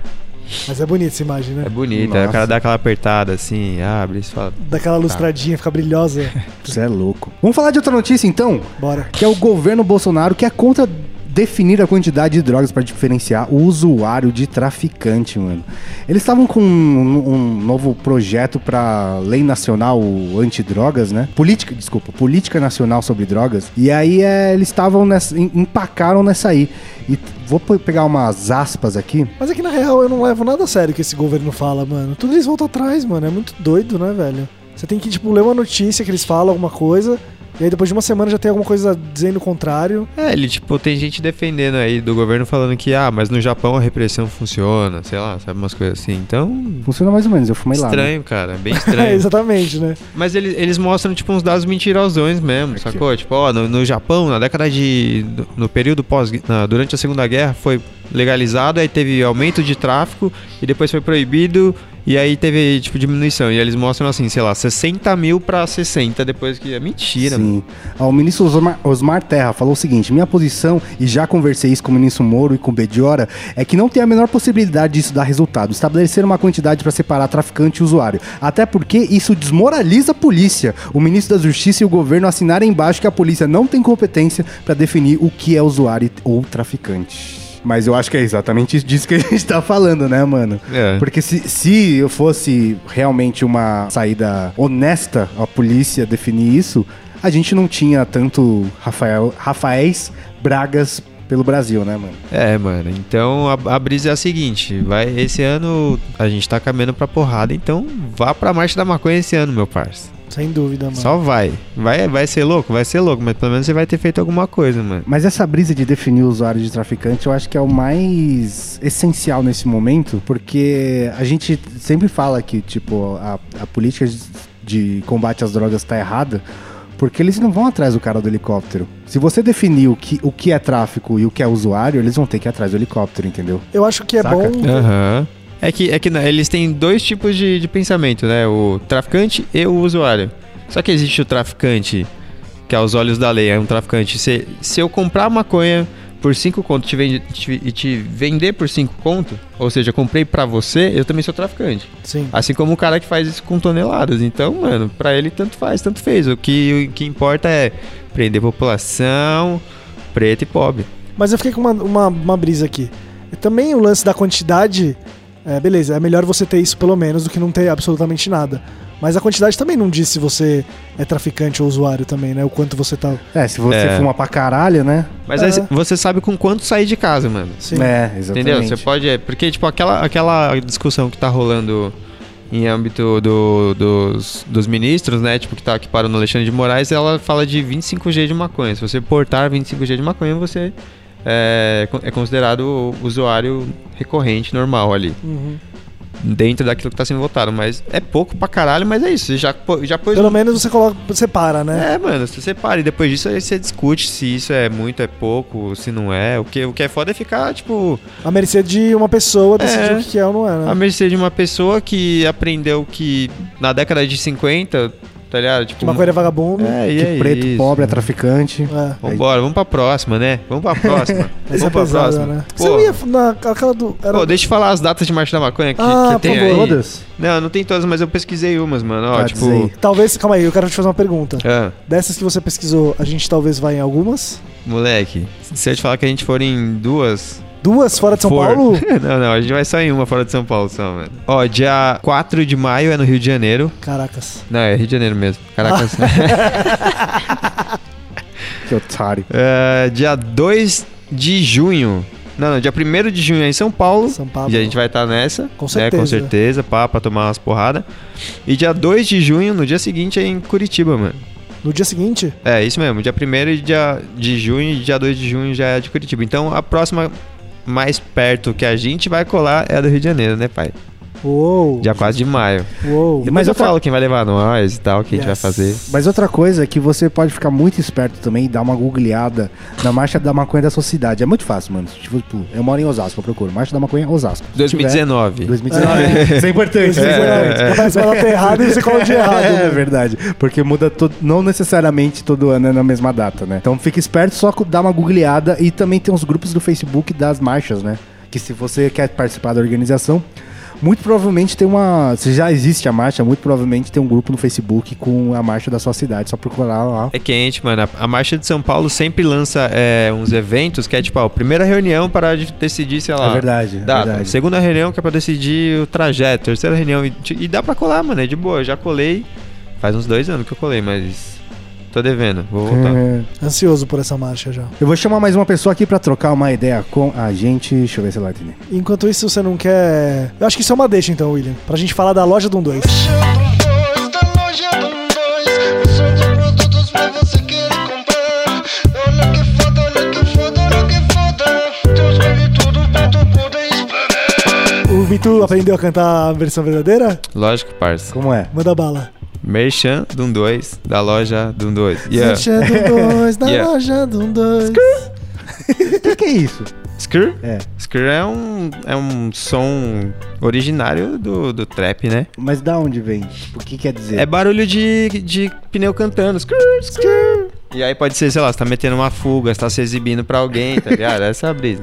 B: Mas é bonita essa imagem, né?
C: É bonito, aí o
A: Nossa.
C: cara dá aquela apertada assim, abre e fala.
B: Daquela lustradinha, fica brilhosa.
A: Isso é louco. Vamos falar de outra notícia, então?
B: Bora.
A: Que é o governo Bolsonaro que é contra definir a quantidade de drogas para diferenciar o usuário de traficante, mano. Eles estavam com um, um novo projeto para lei nacional antidrogas, né? Política, desculpa, política nacional sobre drogas. E aí é, eles estavam nessa, em- empacaram nessa aí. E t- vou pe- pegar umas aspas aqui.
B: Mas é que na real eu não levo nada a sério que esse governo fala, mano. Tudo eles voltam atrás, mano. É muito doido, né, velho? Você Você tem que, tipo, ler uma notícia que eles falam, alguma coisa, e aí depois de uma semana já tem alguma coisa dizendo o contrário.
C: É, ele, tipo, tem gente defendendo aí do governo falando que, ah, mas no Japão a repressão funciona, sei lá, sabe, umas coisas assim. Então,
A: Funciona mais ou menos, eu fumei lá. né?
C: estranho, cara, bem
B: É,
C: estranho.
B: exatamente, né?
C: mas eles, eles mostram, tipo, uns dados mentirosões mesmo, sacou? Tipo, ó, no, no Japão, na década de... no- no período pós... na- durante a Segunda Guerra foi legalizado, aí teve aumento de tráfico, e depois foi proibido, e aí teve, tipo, diminuição. E eles mostram, assim, sei lá, 60 mil pra 60 depois que... É mentira, mano.
A: Sim. Ah, o ministro Osmar, Osmar Terra falou o seguinte: minha posição, e já conversei isso com o ministro Moro e com o Bediora, é que não tem a menor possibilidade disso dar resultado. Estabelecer uma quantidade para separar traficante e usuário. Até porque isso desmoraliza a polícia. O ministro da Justiça e o governo assinaram embaixo que a polícia não tem competência para definir o que é usuário ou traficante. Mas eu acho que é exatamente disso que a gente tá falando, né, mano?
C: É.
A: Porque se, se eu fosse realmente uma saída honesta a polícia definir isso, a gente não tinha tanto Rafael, Rafaéis Bragas pelo Brasil, né, mano?
C: É, mano. Então a, a brisa é a seguinte: vai, esse ano a gente tá caminhando pra porrada, então vá pra Marcha da Maconha esse ano, meu parça.
B: Sem dúvida, mano.
C: Só vai. vai. Vai ser louco? Vai ser louco, mas pelo menos você vai ter feito alguma coisa, mano.
A: Mas essa brisa de definir o usuário de traficante, eu acho que é o mais essencial nesse momento, porque a gente sempre fala que, tipo, a, a política de combate às drogas tá errada, porque eles não vão atrás do cara do helicóptero. Se você definir o que, o que é tráfico e o que é usuário, eles vão ter que ir atrás do helicóptero, entendeu?
B: Eu acho que é
A: Saca?
B: bom.
C: Aham. É que, é que na- eles têm dois tipos de, de pensamento, né? O traficante e o usuário. Só que existe o traficante, que aos olhos da lei é um traficante. Se, se eu comprar maconha por 5 conto e te vende- te- e te vender por 5 conto, ou seja, eu comprei pra você, eu também sou traficante.
B: Sim.
C: Assim como o cara que faz isso com toneladas. Então, mano, pra ele tanto faz, tanto fez. O que, o que importa é prender população preta e pobre.
B: Mas eu fiquei com uma, uma, uma brisa aqui. E também o lance da quantidade. é, beleza, é melhor você ter isso pelo menos do que não ter absolutamente nada. Mas a quantidade também não diz se você é traficante ou usuário também, né? O quanto você tá.
A: É, se você
C: É.
A: fuma pra caralho, né?
C: Mas aí
B: É.
C: você sabe com quanto sair de casa, mano.
B: Sim.
A: É, exatamente.
C: Entendeu? Você pode. é, Porque, tipo, aquela, aquela discussão que tá rolando em âmbito do- dos, dos ministros, né? Tipo, que tá aqui para no Alexandre de Moraes, ela fala de 25G de maconha. Se você portar 25G de maconha, você é, con- é considerado usuário recorrente normal ali.
B: Uhum.
C: dentro daquilo que tá sendo votado. Mas é pouco pra caralho, mas é isso. Você já, pô- já pôs.
B: Pelo menos você coloca. Você para, né?
C: É, mano, você separa e depois disso aí você discute se isso é muito, é pouco, se não é. O que, o que é foda é ficar, tipo,
B: A mercê de uma pessoa decidir
C: É.
B: o que que é ou não é, né?
C: à mercê de uma pessoa que aprendeu que na década de 50, tá ligado? Tipo,
B: Que maconha é vagabundo.
C: é, e
A: Que
C: é
A: preto,
C: isso.
A: pobre, é traficante.
B: É.
C: Vambora, vamos pra próxima, né? Vamos pra próxima. vamos
B: Essa é
C: pra
B: pesada,
C: próxima.
B: né?
C: Pô,
B: Você não ia na aquela do. Era...
C: pô, deixa eu falar as datas de Marcha da Maconha que,
B: Ah,
C: que tem
B: por
C: aí.
B: favor.
A: Todas?
C: Não, não tem todas, mas eu pesquisei umas, mano. Ó,
A: Ah, diz
C: tipo.
A: aí.
B: Talvez. Calma aí, eu quero te fazer uma pergunta.
C: Ah.
B: Dessas que você pesquisou, a gente talvez vá em algumas?
C: Moleque, se eu te falar que a gente for em duas.
B: Duas fora de São
C: for-
B: Paulo?
C: não, não, a gente vai só em uma fora de São Paulo, só, mano. Ó, dia 4 de maio é no Rio de Janeiro.
B: Caracas.
C: Não, é Rio de Janeiro mesmo. Caracas.
B: Ah.
C: né?
A: Que otário.
C: É, dia 2 de junho. Não, não, dia 1 de junho é em São Paulo.
B: São Paulo.
C: E a gente vai estar nessa.
B: Com
C: né,
B: certeza.
C: com certeza, pá, pra tomar umas porradas. E dia 2 de junho, no dia seguinte, é em Curitiba, mano.
B: No dia seguinte?
C: É, isso mesmo. Dia 1 e dia de junho e dia 2 de junho já é de Curitiba. Então a próxima mais perto que a gente vai colar é a do Rio de Janeiro, né, pai?
B: Uou!
C: Dia 4 de maio.
B: Uou!
C: Mas eu
A: outra-
C: falo quem vai levar nós e tal, o que a gente vai
B: Yes.
C: fazer.
A: Mas outra coisa é que você pode ficar muito esperto também e dar uma googleada na marcha da maconha da sua cidade. É muito fácil, mano. Tipo, pô, eu moro em Osasco, eu procuro. Marcha da maconha Osasco. Se tiver,
C: 2019.
A: 2019. Isso é importante.
B: Você
C: é.
B: vai dar errado e Ah, você coloca de errado.
A: É
B: né?
A: verdade, porque muda todo, não necessariamente todo ano é na mesma data, né? Então fica esperto, só co- dá uma googleada e também tem os grupos do Facebook das marchas, né? Que se você quer participar da organização, muito provavelmente tem uma. Se já existe a marcha, muito provavelmente tem um grupo no Facebook com a marcha da sua cidade, só procurar lá.
C: É quente, mano. A- A Marcha de São Paulo sempre lança é, uns eventos que é tipo, ó, primeira reunião para de- decidir, sei lá.
A: É verdade, é
C: data.
A: verdade.
C: Segunda reunião que é pra decidir o trajeto. Terceira reunião. E, e dá pra colar, mano. É de boa. Eu já colei. Faz uns dois anos que eu colei, mas. Tô devendo. Vou voltar.
A: É.
B: Ansioso por essa marcha já.
A: Eu vou chamar mais uma pessoa aqui pra trocar uma ideia com a gente. Deixa eu ver se ela tem.
B: Enquanto isso, você não um quer. Eu acho que isso é uma deixa então, William. Pra gente falar da loja do 1-2.
E: Loja do dois, da loja do
B: um Bitu aprendeu a cantar a versão verdadeira?
C: Lógico, parça.
A: Como é?
B: Manda bala.
C: Merchan Doom 2, da loja Doom 2. Yeah.
B: Merchan do um dois, da
C: Yeah.
B: loja do um dois.
A: O que, que é isso?
C: Skrr?
A: É.
C: Skrr é um, é um som originário do, do trap, né?
A: Mas da onde vem? O que quer dizer?
C: É barulho de, de pneu cantando. Skrr, skrr. E aí pode ser, sei lá, você tá metendo uma fuga, você tá se exibindo pra alguém, tá ligado? Essa é a brisa.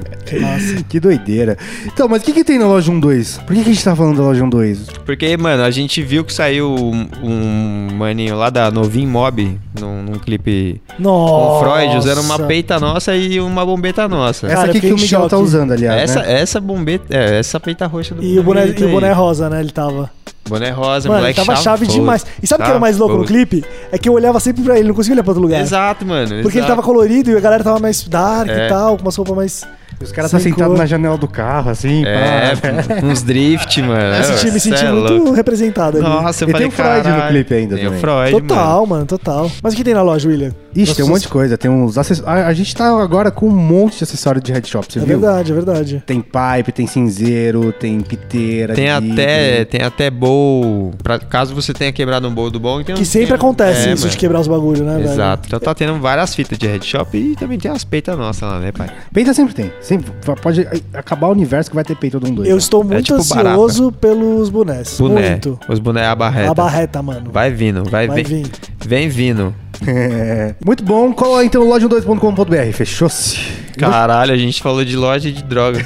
A: Que doideira. Então, mas o que, que tem na loja 12? Por que, que a gente tá falando da loja 12?
C: Porque, mano, a gente viu que saiu um, um maninho lá da Novim Mob, num, num clipe com
B: Nossa.
C: o Freud, usando uma peita nossa e uma bombeta nossa.
A: Essa
B: Cara, eu
A: aqui que
B: fiquei
A: o
B: em
A: Miguel tá
B: choque.
A: usando, aliás.
C: essa,
A: né?
C: essa bombeta, é, essa peita roxa do
B: é E o boné,
C: bonito
B: e o
C: aí.
B: boné rosa, né? Ele tava.
C: Boné rosa,
B: Mano, ele
C: moleque
B: tava chave
C: chavoso.
B: demais. E sabe o que era mais louco no
C: Chavoso.
B: clipe? É que eu olhava sempre pra ele, não conseguia olhar pra outro lugar.
C: Exato, mano.
B: Porque ele
C: exato.
B: tava colorido e a galera tava mais dark
C: É.
B: e tal, com umas roupas mais.
A: Os caras tá
B: sem
A: sentado
B: cor.
A: na janela do carro, assim.
C: É,
A: pá.
C: uns drift, mano.
B: Ah. Eu senti- me
C: Cê é
B: senti muito
C: louco.
B: representado ali.
C: Nossa, eu
A: E
C: falei,
A: tem o Freud no
C: caralho,
A: clipe ainda
C: Tem o
A: também.
C: Freud, mano.
B: Total, mano, total. Mas o que tem na loja, William?
A: Ixi, tem um monte de coisa. Tem uns acessórios. A, a gente tá agora com um monte de acessório de headshop, você
B: É
A: viu?
B: verdade, é verdade.
A: Tem pipe, tem cinzeiro, tem piteira.
C: Tem
A: de-
C: até, tem até bowl. Pra, caso você tenha quebrado um bowl do bom, tem
B: Que
C: uns-
B: sempre
C: tem-
B: acontece
C: É,
B: isso de
C: mano.
B: quebrar os bagulhos, né, velho?
C: Exato. Então tá tendo várias fitas de headshop e também tem as peitas nossas lá, né, pai?
A: Peita sempre tem. Sempre. Pode acabar o universo que vai ter peito de um dois.
B: Eu estou muito
C: tipo
B: ansioso pelos bonés.
C: Boné.
B: Muito.
C: Os boné a barreta.
B: A barreta, mano.
C: Vai vindo, vai,
B: Vai
C: vem.
B: vir.
C: Vem vindo.
A: É. Muito bom. Cola então loja12.com.br. Fechou-se.
C: Caralho, a gente falou de loja e de droga.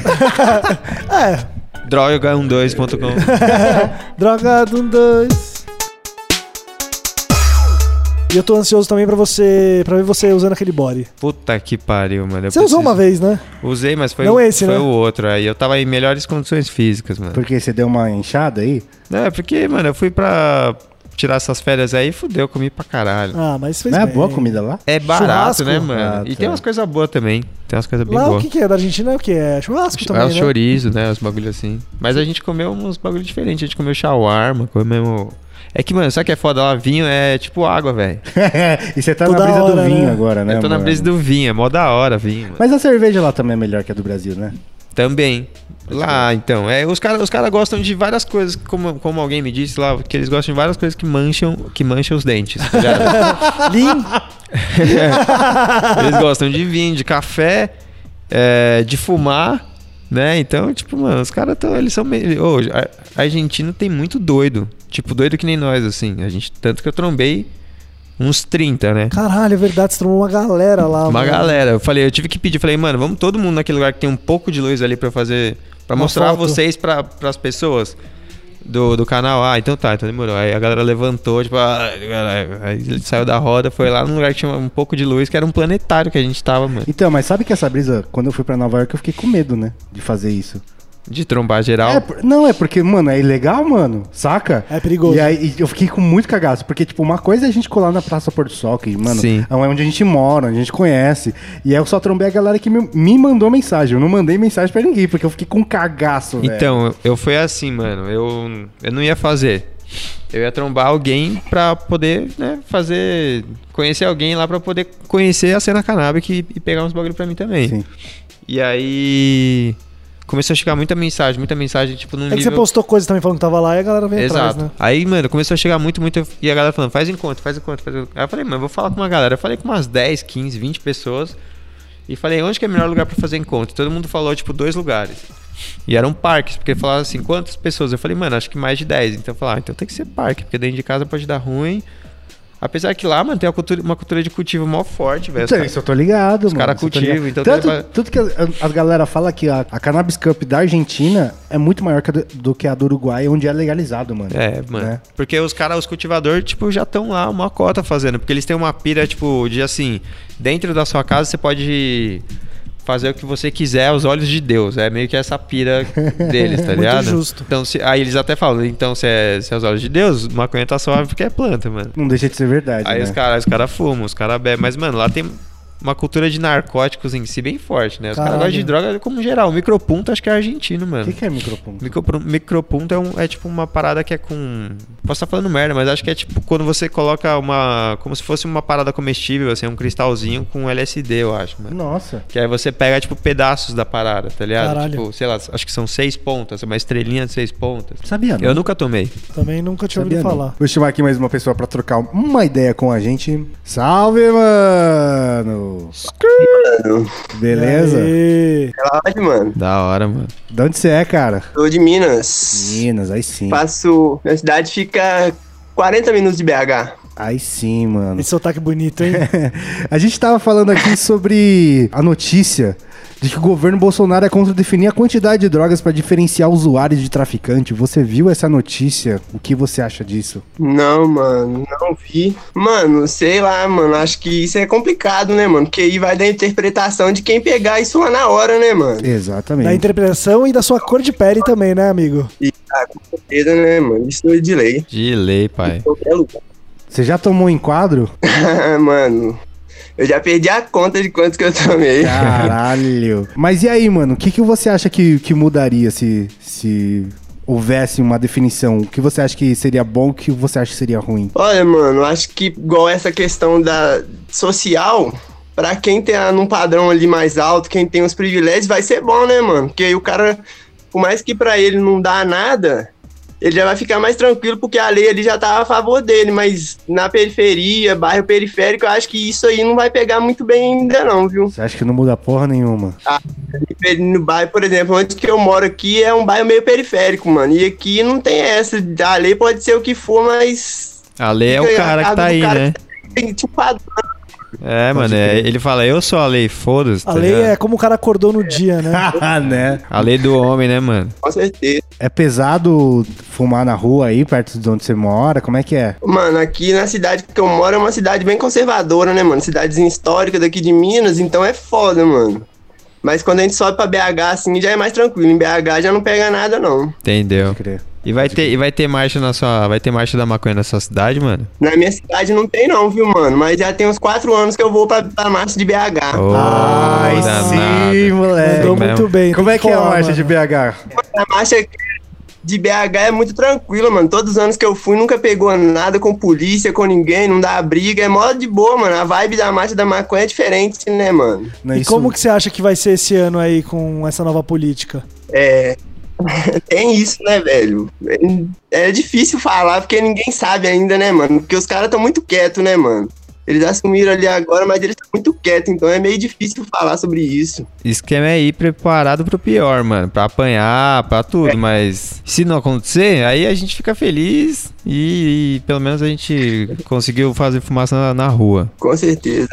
B: É,
C: Droga12.com.
B: drogado um dois. E eu tô ansioso também pra você. para ver você usando aquele body.
C: Puta que pariu, mano. eu
B: Você usou
C: preciso-
B: uma vez, né?
C: Usei, mas foi,
B: Não
C: o-
B: esse,
C: foi
B: né?
C: o outro. Aí eu tava em melhores condições físicas, mano.
A: Porque você deu uma enxada aí?
C: Não, é porque, mano, eu fui pra tirar essas férias aí e fudeu, comi pra caralho.
B: Ah, mas fez
A: Não é
B: bem.
A: boa a comida lá?
C: É
B: Churrasco?
C: barato, né, mano?
A: Ah,
C: E
A: tá.
C: tem umas coisas boas também. Tem umas coisas bem
B: Lá o
C: boas.
B: que, que é da Argentina? É o que? É churrasco
C: Ch-
B: também,
C: os
B: né?
C: chouriços, né? Os bagulhos assim. Mas a gente comeu uns bagulhos diferentes. A gente comeu shawarma, comemos... É que, mano, sabe o que é foda? Lá vinho é tipo água, velho.
A: e você tá
B: Toda
A: na brisa do
B: hora,
A: vinho
B: né?
A: agora, né?
C: eu tô na
A: mano?
C: brisa do vinho, é mó da hora vinho, mano.
A: Mas a cerveja lá também é melhor que a do Brasil, né?
C: Também. Lá, então. É, os caras os cara gostam de várias coisas, como, como alguém me disse lá, que eles gostam de várias coisas que mancham, que mancham os dentes, tá ligado?
B: Lim,
C: Eles gostam de vinho, de café, é, de fumar, né? Então, tipo, mano, os caras tão. Eles são meio. Ô, a- argentino tem muito doido. Tipo, doido que nem nós, assim. A gente, tanto que eu trombei uns 30, né?
B: Caralho, é verdade, você tomou uma galera lá.
C: Uma
B: mano.
C: galera. Eu falei, eu tive que pedir. Falei, mano, vamos todo mundo naquele lugar que tem um pouco de luz ali pra fazer. Pra
B: Uma
C: mostrar
B: foto.
C: vocês pra, pras pessoas. Do, do canal, ah, então tá, então demorou. Aí a galera levantou, tipo, ah, caralho. aí ele saiu da roda, foi lá num lugar que tinha um pouco de luz, que era um planetário que a gente tava, mano.
A: Então, mas sabe que essa brisa, quando eu fui pra Nova York, eu fiquei com medo, né? De fazer isso.
C: De trombar geral.
A: É, por- não, é porque, mano, é ilegal, mano. Saca?
B: É perigoso.
A: E aí e eu fiquei com muito cagaço. Porque, tipo, uma coisa é a gente colar na Praça Pôr do Sol, que, mano,
C: Sim.
A: é onde a gente mora, onde a gente conhece. E aí eu só trombei a galera que me, me mandou mensagem. Eu não mandei mensagem pra ninguém, porque eu fiquei com cagaço, velho.
C: Então, eu- eu fui assim, mano. Eu, eu não ia fazer. Eu ia trombar alguém pra poder, né, fazer. Conhecer alguém lá pra poder conhecer a cena canábica e, e pegar uns bagulho pra mim também.
A: Sim.
C: E aí. Começou a chegar muita mensagem, muita mensagem, tipo, num
B: É que você
C: nível.
B: postou coisa também falando que tava lá e a galera veio
C: Exato.
B: atrás, né?
C: Aí, mano, começou a chegar muito, muito. E a galera falando, faz encontro, faz encontro, faz encontro. Aí eu falei, mano, eu vou falar com uma galera. Eu falei com umas 10, 15, 20 pessoas. E falei, onde que é o melhor lugar pra fazer encontro? Todo mundo falou, tipo, dois lugares. E eram parques, porque falaram assim, quantas pessoas? Eu falei, mano, acho que mais de 10. Então eu falei, ah, então tem que ser parque, porque dentro de casa pode dar ruim. Apesar que lá, mano, tem uma cultura, uma cultura de cultivo mó forte, velho. Os
A: Então,
C: caras-
A: isso eu tô ligado, mano.
C: cara
A: isso eu tô
C: cultivam,
A: ligado.
C: então
A: Tanto,
C: tem-
A: tanto que as, as galera fala que a, a Cannabis Cup da Argentina é muito maior que a do, do que a do Uruguai, onde é legalizado, mano.
C: É, mano.
A: Né?
C: Porque os caras, os cultivadores, tipo, já estão lá uma cota fazendo. Porque eles têm uma pira, tipo, de assim, dentro da sua casa você pode fazer o que você quiser aos olhos de Deus. É meio que essa pira deles, tá
B: Muito
C: ligado?
B: justo.
C: Então, se- aí eles até falam, então se é, se é aos olhos de Deus, maconha tá suave porque é planta, mano.
A: Não deixa de ser verdade,
C: Aí
A: né?
C: os caras os cara fumam, os caras bebem. Mas, mano, lá tem. uma cultura de narcóticos em si bem forte, né? Os caras
B: Caralho.
C: gostam de droga como geral. Micropunto acho que é argentino, mano.
A: O que, que é microponto?
C: Micropro- Micropunto é, um- é tipo uma parada que é com. Posso estar falando merda, mas acho que é tipo quando você coloca uma. Como se fosse uma parada comestível, assim, um cristalzinho com LSD, eu acho, mano.
A: Nossa.
C: Que aí você pega, tipo, pedaços da parada, tá ligado?
B: Caralho.
C: Tipo, sei lá, acho que são seis pontas, uma estrelinha de seis pontas.
A: Sabia, não?
C: Eu nunca tomei.
B: Também nunca tinha
A: Sabia né?
B: ouvido
A: não.
B: falar.
A: Vou chamar aqui mais uma pessoa pra trocar uma ideia com a gente. Salve, mano! Beleza?
B: Aê.
E: Verdade, mano.
C: Da hora, mano.
A: De onde você é, cara?
E: Sou de Minas.
A: Minas, aí sim.
E: Passo. Minha cidade fica 40 minutos de BH.
A: Aí sim, mano.
B: Esse sotaque bonito, hein?
A: É A gente tava falando aqui sobre a notícia de que o governo Bolsonaro é contra definir a quantidade de drogas pra diferenciar usuários de traficante. Você viu essa notícia? O que você acha disso?
E: Não, mano, não vi. Mano, sei lá, mano. Acho que isso é complicado, né, mano? Porque aí vai da interpretação de quem pegar isso lá na hora, né, mano?
A: Exatamente.
B: da interpretação e da sua cor de pele também, né, amigo?
E: E, ah, com certeza, né, mano? Isso é de lei.
C: De lei, pai.
E: Em qualquer lugar.
A: Você já tomou em quadro?
E: mano, eu já perdi a conta de quantos que eu tomei.
A: Caralho. Mas e aí, mano? O que, que você acha que, que mudaria se, se houvesse uma definição? O que você acha que seria bom? O que você acha que seria ruim?
E: Olha, mano, acho que igual essa questão da social, pra quem tem a- num padrão ali mais alto, quem tem os privilégios, vai ser bom, né, mano? Porque aí o cara, por mais que pra ele não dá nada, ele já vai ficar mais tranquilo porque a lei ali já tá a favor dele, mas na periferia, bairro periférico, eu acho que isso aí não vai pegar muito bem ainda não, viu?
A: Você acha que não muda porra nenhuma?
E: No bairro, por exemplo, onde que eu moro aqui é um bairro meio periférico, mano, e aqui não tem essa, a lei pode ser o que for, mas...
C: A lei é
E: fica
C: o
E: a
C: cara que
E: casa
C: tá
E: do
C: aí,
E: cara
C: né?
E: que Tem, tipo, padrão.
C: É, mano. é- ele fala, eu sou a lei, foda-se.
B: A
C: tá
B: lei
C: ligado?
B: é como o cara acordou no dia, né?
A: Ah, né?
C: A lei do homem, né, mano?
E: Com certeza.
A: É pesado fumar na rua aí, perto de onde você mora? Como é que é?
E: Mano, aqui na cidade que eu moro é uma cidade bem conservadora, né, mano? Cidadezinha histórica daqui de Minas, então é foda, mano. Mas quando a gente sobe pra BH, assim, já é mais tranquilo. Em BH já não pega nada, não.
C: Entendeu?
A: Crer.
C: E vai ter, e vai ter marcha na sua. Vai ter marcha da maconha na sua cidade, mano?
E: Na minha cidade não tem, não, viu, mano? Mas já tem uns quatro anos que eu vou pra, pra marcha de BH.
C: Ô,
A: Ai,
C: danado.
A: sim, moleque.
B: Mandou
C: mesmo.
B: muito bem.
A: Como é que é a marcha de
B: de
A: BH?
E: A marcha aqui de BH é muito tranquila, mano. Todos os anos que eu fui, nunca pegou nada com polícia, com ninguém, não dá briga. É mó de boa, mano. A vibe da marcha da maconha é diferente, né, mano?
A: Não, é
B: E
A: isso-
B: como que você acha que vai ser esse ano aí com essa nova política?
E: É. Tem isso, né, velho? É é difícil falar porque ninguém sabe ainda, né, mano? Porque os caras estão muito quietos, né, mano? Eles assumiram ali agora, mas eles estão muito quietos, então é meio difícil falar sobre isso.
C: Esquema é ir preparado pro pior, mano. Pra apanhar, pra tudo. Mas se não acontecer, aí a gente fica feliz e, e pelo menos a gente conseguiu fazer fumaça na, na rua.
E: Com certeza.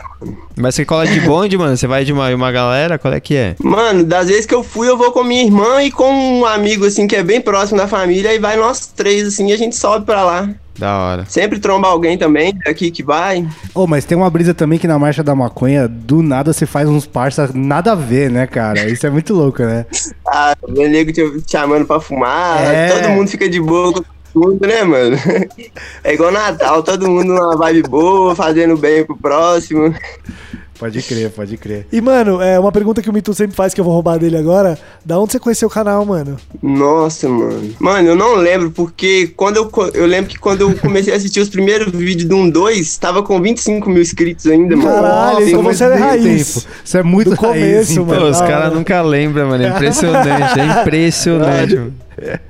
C: Mas você cola de bonde, mano? Você vai de uma, uma galera? Qual é que é?
E: Mano, das vezes que eu fui, eu vou com minha irmã e com um amigo, assim, que é bem próximo da família, e vai nós três, assim, e a gente sobe pra lá.
C: Da hora.
E: Sempre tromba alguém também daqui que vai.
A: Ô, mas tem uma brisa também que na marcha da maconha, do nada você faz uns parça nada a ver, né, cara? Isso é muito louco, né?
E: Ah, o nego te, te chamando pra fumar,
A: É.
E: todo mundo fica de boa com tudo, né, mano? É igual Natal, todo mundo numa vibe boa, fazendo bem pro próximo.
A: Pode crer, pode crer.
B: E, mano, é uma pergunta que o Mito sempre faz, que eu vou roubar dele agora. Da onde você conheceu o canal, mano?
A: Então,
E: Nossa, mano. Mano, eu não lembro, porque quando eu, co- eu lembro que quando eu comecei a assistir os primeiros vídeos do 1, 2, tava com 25 mil inscritos ainda, mano.
B: Caralho,
E: Tem
B: então
E: muito-
A: mas
B: você é
A: deu
B: raiz.
A: tempo. Isso é muito
B: Do
A: raiz,
B: começo,
A: então.
B: mano.
C: Pô, os
B: da
C: caras
B: hora.
C: nunca lembram, mano. É impressionante. É impressionante. mano.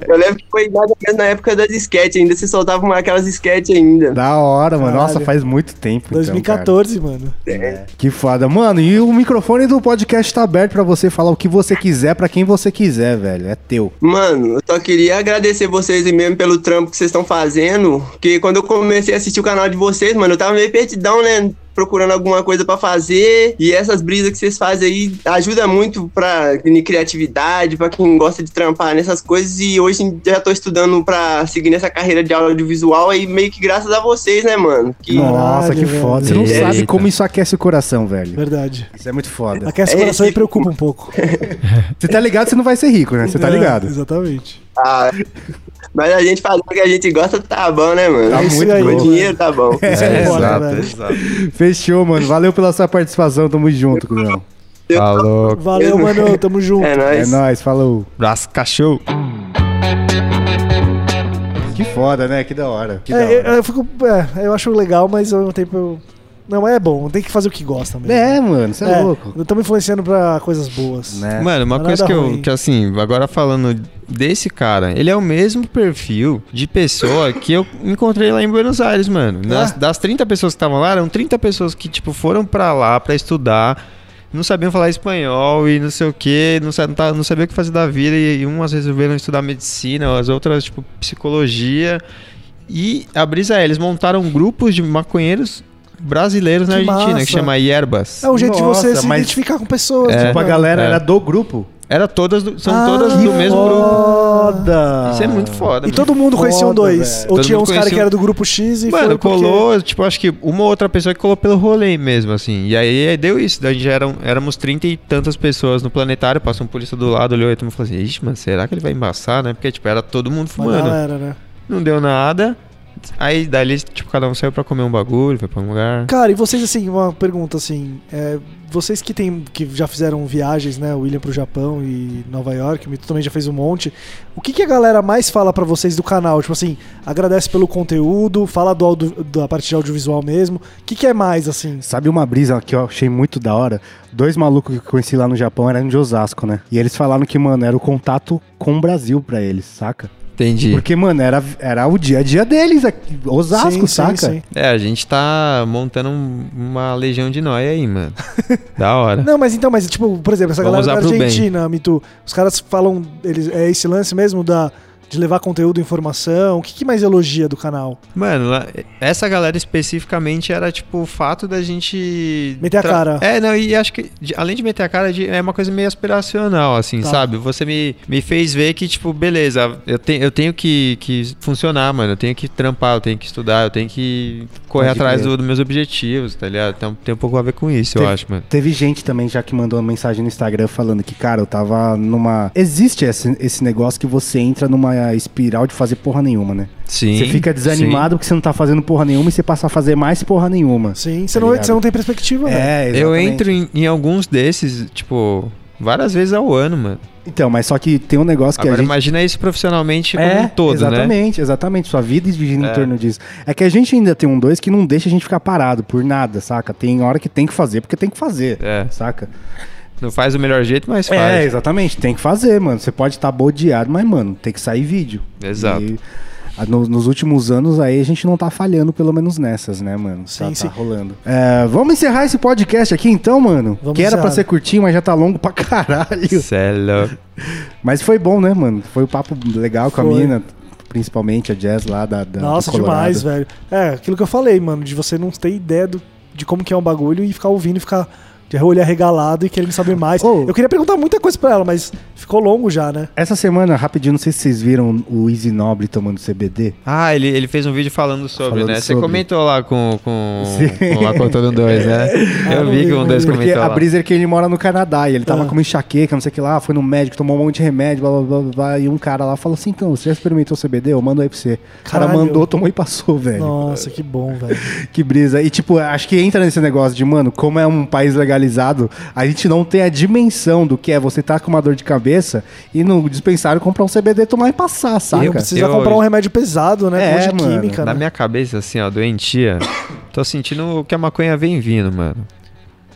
E: Eu lembro que foi mais ou menos na época das sketches ainda, você soltava uma, aquelas sketches ainda.
A: Da hora, mano. Nossa,
B: Caralho.
A: faz muito tempo. então,
B: 2014, mano.
A: cara. que foda. Mano, e o microfone do podcast tá aberto pra você falar o que você quiser, pra quem você quiser, velho. É teu.
E: Mano, eu só queria agradecer vocês aí mesmo pelo trampo que vocês estão fazendo. Porque quando eu comecei a assistir o canal de vocês, mano, eu tava meio perdidão, né? Procurando alguma coisa pra fazer. E essas brisas que vocês fazem aí ajuda muito pra criatividade, pra quem gosta de trampar nessas coisas. E hoje em dia já tô estudando pra seguir nessa carreira de audiovisual aí, meio que graças a vocês, né, mano? Que
A: Nossa, que
B: velho.
A: foda. Você não
C: Eita.
A: sabe como isso aquece o coração, velho.
B: Verdade.
A: Isso é muito foda.
B: Aquece o
E: É
B: coração
E: esse-
B: e preocupa um pouco.
A: Você tá ligado, você não vai ser rico, né? Você tá
B: É,
A: ligado.
B: exatamente.
E: Ah, Mas a gente falando que a gente gosta, tá bom, né, mano?
A: Tá
E: Isso
A: muito
E: aí,
A: bom.
E: O dinheiro tá bom.
B: Isso é foda,
C: exato,
B: velho.
C: exato.
A: Fechou, mano. Valeu pela sua participação. Tamo junto, Cunhão.
C: Falou,
B: Valeu, mano. Tamo junto.
E: É
A: É
E: nóis.
A: nóis, falou.
C: braço cachorro.
A: Que foda, né? Que da hora. Que da
B: É, eu,
A: hora.
B: eu fico, é, eu acho legal, mas ao mesmo tempo eu. Não, mas é bom, tem que fazer o que gosta mesmo.
A: É, mano, você é,
B: É,
A: louco.
B: Não estamos influenciando pra coisas boas.
A: Né?
C: Mano, uma
B: Nada
C: coisa que eu.
B: É. ruim.
C: Que assim, agora falando desse cara, ele é o mesmo perfil de pessoa que eu encontrei lá em Buenos Aires, mano.
B: Ah.
C: Das, das 30 pessoas que estavam lá, eram 30 pessoas que, tipo, foram pra lá pra estudar. Não sabiam falar espanhol e não sei o que, não, sa- não, tá- não sabia o que fazer da vida. E, e umas resolveram estudar medicina, as outras, tipo, psicologia. E a brisa é, eles montaram grupos de maconheiros brasileiros na
B: Que
C: Argentina,
B: massa.
C: que chama Hierbas.
B: É um jeito de você
A: Nossa,
B: se
A: mas-
B: identificar com pessoas.
C: É.
B: né,
A: Tipo, a
B: mano?
A: galera
C: É.
A: era do grupo.
C: Era todas, do- são
B: Ah,
C: todas do
B: que
C: mesmo grupo.
B: foda.
A: Foda.
C: Isso é muito foda.
B: E
C: mano.
B: todo mundo conhecia um
A: Foda,
B: dois.
A: velho.
B: Ou
C: Todo
B: tinha
C: mundo
B: uns caras
C: conhecia
B: que era do grupo X e
C: Mano,
B: foi porque-
C: colou, tipo, acho que uma outra pessoa que colou pelo rolê mesmo, assim. E aí aí deu isso. Daí já eram, éramos trinta e tantas pessoas no planetário. Passou um polícia do lado, olhou e todo mundo falou assim: Ixi, mano, será que ele vai embaçar, né? Porque, tipo, era todo mundo
B: Uma
C: fumando.
B: galera, né?
C: Não deu nada. Aí dali, tipo, cada um saiu pra comer um bagulho, foi pra um lugar.
B: Cara, e vocês assim, uma pergunta assim, é, vocês que tem, que já fizeram viagens, né, o William pro Japão e Nova York, o Mito também já fez um monte. O que, que a galera mais fala pra vocês do canal? Tipo assim, agradece pelo conteúdo, fala do audio- da parte de audiovisual mesmo. O que, que é mais assim?
A: Sabe uma brisa que eu achei muito da hora? Dois malucos que eu conheci lá no Japão eram de Osasco, né? E eles falaram que, mano, era o contato com o Brasil pra eles, saca?
C: Entendi.
A: Porque, mano, era, era o dia a dia deles, aqui, Osasco,
B: Sim, sim,
A: saca?
B: sim.
C: É, a gente tá montando um- uma legião de nóia aí, mano. da hora.
B: Não, mas então, mas tipo, por exemplo, essa
C: Vamos
B: galera
C: usar
B: da
C: pro bem.
B: Argentina, Mito, os caras falam, eles, é esse lance mesmo da de levar conteúdo, informação. O que, que mais elogia do canal?
C: Mano, lá- essa galera especificamente era tipo o fato da gente.
B: Meter a
C: tra-
B: cara.
C: É, não, e acho que de- além de meter a cara, de- é uma coisa meio aspiracional, assim,
B: Tá.
C: sabe? Você me, me fez ver que, tipo, beleza, eu, te- eu tenho que, que funcionar, mano. Eu tenho que trampar, eu tenho que estudar, eu tenho que correr
A: Pode
C: atrás
A: crer.
C: do- dos meus objetivos, tá ligado? Tem, um- tem um pouco a ver com isso, eu
A: Teve-
C: acho, mano.
A: Teve gente também já que mandou uma mensagem no Instagram falando que, cara, eu tava numa. Existe esse, esse negócio que você entra numa espiral de fazer porra nenhuma, né?
C: Sim.
A: você fica desanimado porque você não tá fazendo porra nenhuma e você passa a fazer mais porra nenhuma.
B: Sim, você,
A: Tá
B: não,
A: ligado?
B: você não tem perspectiva, né?
A: É, exatamente.
C: Eu entro em, em alguns desses, tipo, várias vezes ao ano, mano.
A: Então, mas só que tem um negócio que
C: Agora
A: a gente. É,
C: imagina isso profissionalmente como um todo,
A: exatamente,
C: né?
A: Exatamente, Sua vida gira em torno disso. É que a gente ainda tem um dois que não deixa a gente ficar parado por nada, saca? Tem hora que tem que fazer porque tem que fazer,
C: É.
A: saca?
C: Não faz do melhor jeito, mas faz.
A: É, exatamente. Tem que fazer, mano. Você pode estar bodeado, mas, mano, tem que sair vídeo.
C: Exato.
A: E, ah, no- nos últimos anos aí a gente não tá falhando, pelo menos nessas, né, mano?
B: Sim,
A: tá, tá
B: sim.
A: rolando. É, vamos encerrar esse podcast aqui então, mano?
B: Vamos
A: que era pra
B: encerrar.
A: ser curtinho, mas já tá longo pra caralho.
C: Cê é louco.
A: Mas foi bom, né, mano? Foi o papo legal com a
B: Foi.
A: mina, principalmente a Jazz lá da,
C: Tá,
A: da
B: Nossa,
A: do Colorado.
B: demais, velho. É, aquilo que eu falei, mano, de você não ter ideia do- de como que é um bagulho e ficar ouvindo e ficar de olho arregalado e querendo saber mais.
A: Ô.
B: Eu queria perguntar muita coisa pra ela, mas ficou longo já, né?
A: Essa semana, rapidinho, não sei se vocês viram o Easy Nobre tomando CBD.
C: Ah, ele, ele fez um vídeo falando sobre,
A: Falando
C: né? Você
A: sobre.
C: comentou lá com, com,
A: Sim.
C: com a conta do 2, né?
B: Ah,
C: Eu
B: não
C: vi
B: vi,
C: que um
B: não
C: dois
B: vi.
A: Porque
C: comentou
A: a
C: lá.
A: brisa é que ele mora no Canadá e ele tava
B: Ah.
A: com uma enxaqueca, não sei o que lá, foi no médico, tomou um monte de remédio, blá blá blá, blá, blá e um cara lá falou assim: então, você já experimentou CBD? Eu mando aí pra você. O cara
B: Caralho.
A: mandou, tomou e passou,
C: É,
A: velho.
B: Nossa, que bom, velho.
A: Que brisa. E, tipo, acho que entra nesse negócio de, mano, como é um país legalizado, a gente não tem a dimensão do que é você tá com uma dor de cabeça e no dispensário comprar um CBD, tomar e passar, saca?
B: Eu precisa
C: Eu-
B: comprar um remédio pesado,
A: É,
B: né? com um monte de
A: mano.
B: química,
C: Na
B: né?
C: minha cabeça, assim, ó, doentia, tô sentindo que a maconha vem vindo, mano.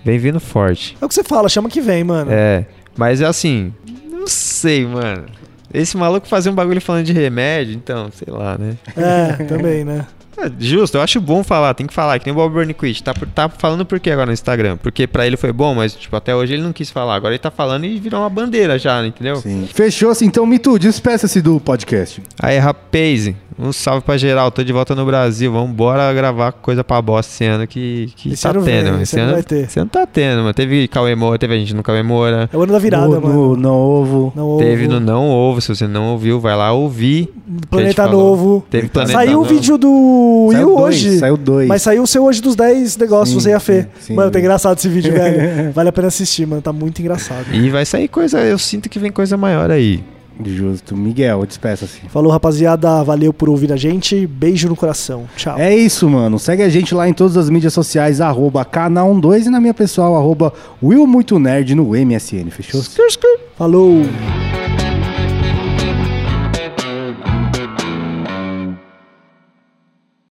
C: Vem vindo forte.
B: É o que você fala, chama que vem, mano.
C: É, mas é assim, não sei, mano. Esse maluco fazer um bagulho falando de remédio, então, sei lá, né?
B: É, também, né?
C: É, justo, eu acho bom falar, tem que falar, que nem o Bob Burnquist. Tá, por- tá falando por quê agora no Instagram? Porque pra ele foi bom, mas, tipo, até hoje ele não quis falar. Agora ele tá falando e virou uma bandeira já, entendeu?
A: Sim. Fechou-se, então, Mitu, despeça-se do podcast.
C: Aí, rapaz, um salve pra geral. Tô de volta no Brasil. Vambora gravar coisa pra bosta esse ano que, que
B: Esse
C: tá
B: ano vem,
C: tendo.
B: esse ano vai ter.
C: Esse ano tá tendo, mano. Teve Cauê Moura, teve a gente no Cauê Moura.
B: É o ano da virada,
A: no,
B: mano.
A: no novo.
B: Não,
C: Teve no
B: o
C: Não Ovo. Se você não ouviu, vai lá ouvir. que a
B: Planeta
C: gente falou.
B: Novo.
C: Teve Planeta
B: Saiu o
C: Novo.
B: vídeo do
A: Saiu
B: Will
A: dois,
B: hoje.
A: Saiu dois.
B: Mas saiu o seu hoje dos 10 negócios,
A: Sim,
B: você e a Fê.
A: sim, sim.
B: mano, tá engraçado esse vídeo, velho. Vale a pena assistir, mano. Tá muito engraçado.
C: E vai sair coisa. Eu sinto que vem coisa maior aí.
A: Justo. Miguel, despeça-se.
B: Falou, rapaziada. Valeu por ouvir a gente. Beijo no coração. Tchau.
A: É isso, mano. Segue a gente lá em todas as mídias sociais, arroba canal12 e na minha pessoal, arroba willmuitonerd no MSN, fechou?
B: Falou.